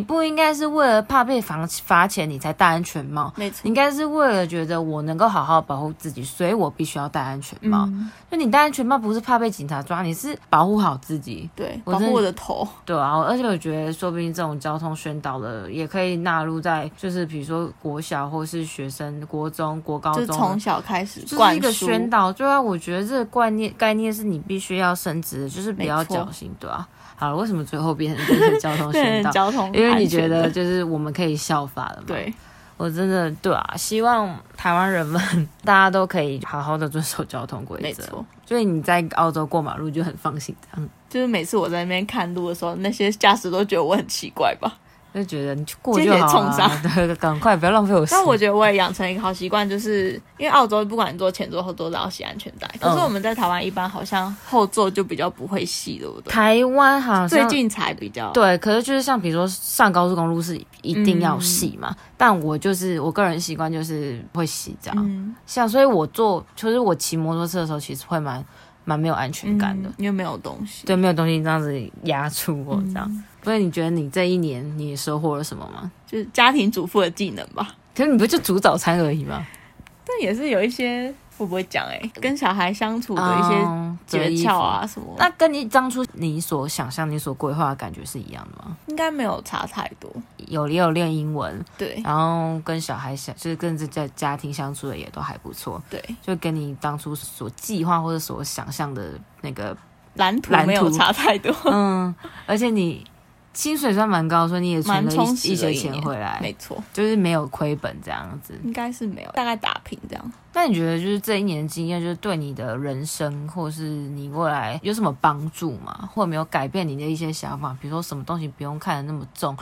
Speaker 1: 对，
Speaker 2: 不应该是为了怕被罚罚钱你才戴安全帽，
Speaker 1: 没
Speaker 2: 你
Speaker 1: 错
Speaker 2: 应，该是为了觉得我能够好好保护自己，所以我必须要戴安全帽。
Speaker 1: 嗯，
Speaker 2: 就你戴安全帽不是怕被警察抓，你是保护好自己，
Speaker 1: 对，
Speaker 2: 我
Speaker 1: 保
Speaker 2: 真
Speaker 1: 护
Speaker 2: 的
Speaker 1: 我的头，
Speaker 2: 对啊。而且我觉得，说不定这种交通宣导的也可以纳入在，就是比如说国小或是学生、国中、国高
Speaker 1: 就
Speaker 2: 中
Speaker 1: 是从小开始
Speaker 2: 这
Speaker 1: 灌
Speaker 2: 是一个
Speaker 1: 输
Speaker 2: 宣导，对啊，我觉得这个观念概念是你必须要升职的，就是不
Speaker 1: 没
Speaker 2: 要
Speaker 1: 错
Speaker 2: 侥幸，对啊。好了，为什么最后变成这是交 通宣
Speaker 1: 对
Speaker 2: 导？
Speaker 1: 交通安全的，
Speaker 2: 因为你觉得就是我们可以效法了嘛？，
Speaker 1: 对，
Speaker 2: 我真的对啊，希望台湾人们 大家都可以好好的遵守交通规
Speaker 1: 没
Speaker 2: 则。
Speaker 1: 错。
Speaker 2: 所以你在澳洲过马路
Speaker 1: 嗯
Speaker 2: 就很放心这样。
Speaker 1: 就是每次我在那边看路的时候，那些驾驶都觉得我很奇怪吧？
Speaker 2: 就觉得你去过就好了、
Speaker 1: 坚决
Speaker 2: 啊，对，赶快不要浪费我时间。
Speaker 1: 但我觉得我也养成一个好习惯，就是因为澳洲不管你坐前座、后座都要系安全带，可是
Speaker 2: 嗯
Speaker 1: 我们在台湾一般好像后座就比较不会系，对不对？
Speaker 2: 台湾好像
Speaker 1: 最近才比较，
Speaker 2: 对，可是就是像比如说上高速公路是一定要洗
Speaker 1: 嗯
Speaker 2: 嘛，但我就是我个人习惯就是会洗这样，
Speaker 1: 嗯，
Speaker 2: 像所以我坐就是我骑摩托车的时候，其实会蛮蛮没有安全感的，
Speaker 1: 嗯，因为没有东西。
Speaker 2: 对，没有东西这样子压住我这
Speaker 1: 嗯
Speaker 2: 样。所以你觉得你这一年你收获了什么吗？
Speaker 1: 就是家庭主妇的技能吧。
Speaker 2: 可是你不就煮早餐而已吗？
Speaker 1: 但也是有一些我不会讲哎、跟小孩相处的一些
Speaker 2: 嗯
Speaker 1: 诀窍。啊什么，
Speaker 2: 折衣服那跟你当初你所想象、你所规划的感觉是一样的吗？
Speaker 1: 应该没有差太多。
Speaker 2: 有也有练英文，
Speaker 1: 对
Speaker 2: 然后跟小孩相，就是跟这家家庭相处的也都还不错。
Speaker 1: 对，
Speaker 2: 就跟你当初所计划或者所想象的那个，
Speaker 1: 蓝图
Speaker 2: 蓝图
Speaker 1: 没有差太多，
Speaker 2: 嗯，而且你薪水算蛮高，所以你也存了
Speaker 1: 蛮充
Speaker 2: 一
Speaker 1: 实
Speaker 2: 一
Speaker 1: 的
Speaker 2: 些
Speaker 1: 一年
Speaker 2: 钱回来，
Speaker 1: 没错，
Speaker 2: 就是没有亏本这样子。
Speaker 1: 应该是没有，大概打平这样。
Speaker 2: 那你觉得就是这一年的经验，就是对你的人生或是你未来有什么帮助吗？或有没有改变你的一些想法？比如说什么东西不用看得那么重，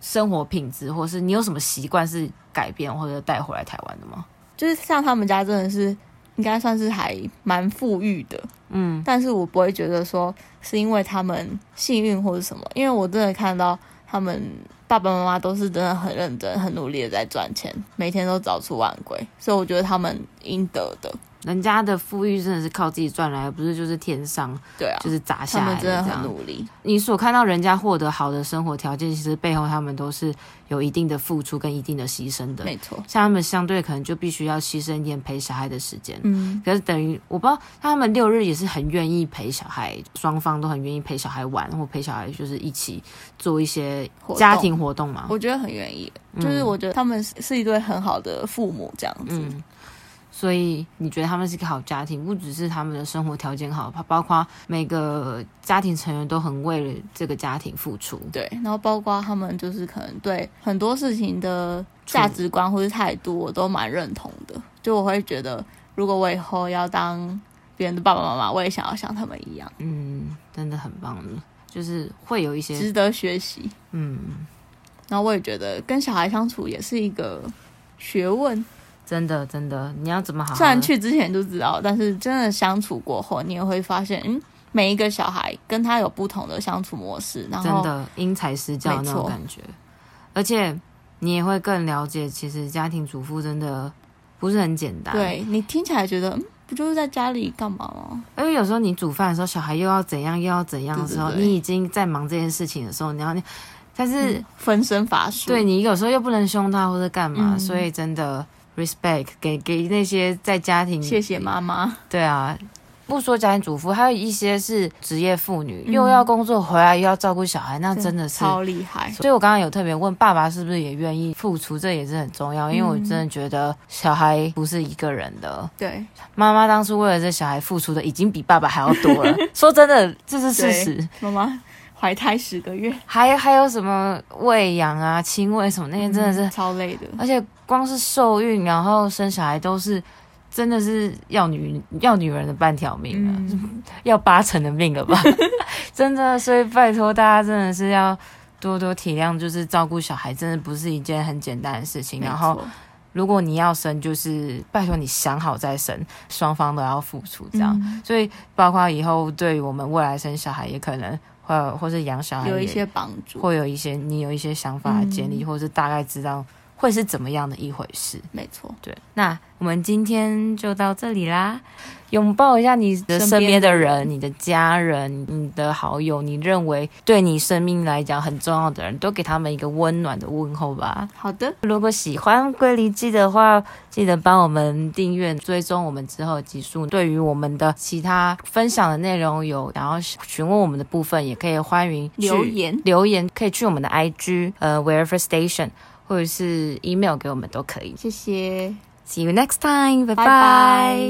Speaker 2: 生活品质，或是你有什么习惯是改变或者带回来台湾的吗？
Speaker 1: 就是像他们家真的是应该算是还蛮富裕的，
Speaker 2: 嗯
Speaker 1: 但是我不会觉得说是因为他们幸运或者什么，因为我真的看到他们爸爸妈妈都是真的很认真、很努力的在赚钱，每天都早出晚归，所以我觉得他们应得的。
Speaker 2: 人家的富裕真的是靠自己赚来，而不是就是天上
Speaker 1: 对啊，
Speaker 2: 就是砸
Speaker 1: 他
Speaker 2: 下来
Speaker 1: 们真的
Speaker 2: 这
Speaker 1: 很
Speaker 2: 样。
Speaker 1: 努力。
Speaker 2: 你所看到人家获得好的生活条件，其实背后他们都是有一定的付出跟一定的牺牲的。
Speaker 1: 没错，
Speaker 2: 像他们相对可能就必须要牺牲一点陪小孩的时间。
Speaker 1: 嗯，
Speaker 2: 可是等于我不知道，他们六日也是很愿意陪小孩，双方都很愿意陪小孩玩，或陪小孩就是一起做一些
Speaker 1: 活动
Speaker 2: 家庭活动嘛。
Speaker 1: 嗯
Speaker 2: 嗯
Speaker 1: 我觉得很愿意，就是我觉得他们是是一对很好的父母这样子。
Speaker 2: 嗯，所以你觉得他们是一个好家庭，不只是他们的生活条件好，包括每个家庭成员都很为了这个家庭付出。
Speaker 1: 对，然后包括他们就是可能对很多事情的价值观或是态度，我都蛮认同的。就我会觉得，如果我以后要当别人的爸爸妈妈，我也想要像他们一样，
Speaker 2: 嗯，真的很棒的，就是会有一些
Speaker 1: 值得学习。
Speaker 2: 嗯，
Speaker 1: 然后我也觉得跟小孩相处也是一个学问，
Speaker 2: 真的真的，你要怎么好好？
Speaker 1: 虽然，去之前就知道，但是真的相处过后，你也会发现，嗯，每一个小孩跟他有不同的相处模式，然
Speaker 2: 真
Speaker 1: 后
Speaker 2: 的因材施教那
Speaker 1: 没
Speaker 2: 种
Speaker 1: 错
Speaker 2: 感觉，而且你也会更了解，其实家庭主妇真的不是很简单。，
Speaker 1: 对你听起来觉得，嗯，不就是在家里干嘛吗？
Speaker 2: 因为有时候你煮饭的时候，小孩又要怎样又要怎样的时候，
Speaker 1: 对对对
Speaker 2: 你已经在忙这件事情的时候，你要，但是、
Speaker 1: 分身乏术，
Speaker 2: 嗯对你有时候又不能凶他或者干嘛，
Speaker 1: 嗯
Speaker 2: 所以真的 respect 给给那些在家庭
Speaker 1: 谢谢妈妈。
Speaker 2: 对啊，不说家庭主妇，还有一些是职业妇女，又要工作回来又要照顾小孩，那真的
Speaker 1: 嗯
Speaker 2: 是。
Speaker 1: 超厉害。
Speaker 2: 所以我刚刚有特别问爸爸是不是也愿意付出，这也是很重要，因为我真的觉得小孩不是一个人的，
Speaker 1: 对，
Speaker 2: 妈妈当初为了这小孩付出的已经比爸爸还要多了。说真的，这是事实。
Speaker 1: 妈妈怀胎十个月，
Speaker 2: 还还有什么喂养啊、亲喂什么那些，真的是，
Speaker 1: 超累的。
Speaker 2: 而且光是受孕然后生小孩都是。真的是要女要女人的半条命啊！
Speaker 1: 嗯，
Speaker 2: 要八成的命了吧？ 真的，所以拜托大家，真的是要多多体谅，就是照顾小孩，真的不是一件很简单的事情。
Speaker 1: 嗯没
Speaker 2: 然后，
Speaker 1: 错
Speaker 2: 如果你要生，就是拜托你想好再生，双方都要付出这样。
Speaker 1: 嗯
Speaker 2: 所以，包括以后对于我们未来生小孩，也可能或或是养小孩
Speaker 1: 有一
Speaker 2: 也
Speaker 1: 些帮助，
Speaker 2: 会有一些你有一些想法的建立，
Speaker 1: 嗯
Speaker 2: 或是大概知道会是怎么样的一回事。
Speaker 1: 没错。
Speaker 2: 对，那我们今天就到这里啦。拥抱一下你的身
Speaker 1: 身
Speaker 2: 边
Speaker 1: 边
Speaker 2: 的
Speaker 1: 的
Speaker 2: 人、你的家人、你的好友，你认为对你生命来讲很重要的人，都给他们一个温暖的问候吧。
Speaker 1: 好的，
Speaker 2: 如果喜欢《龟梨记》的话，记得帮我们订阅、追踪我们之后的集数。对于我们的其他分享的内容有，然后询问我们的部分，也可以欢迎去
Speaker 1: 留言
Speaker 2: 留言可以去我们的 IG 呃 Wherever Station 或者是 email 给我们都可以。
Speaker 1: 谢谢，
Speaker 2: See you next time. Bye
Speaker 1: 拜
Speaker 2: bye.
Speaker 1: 拜。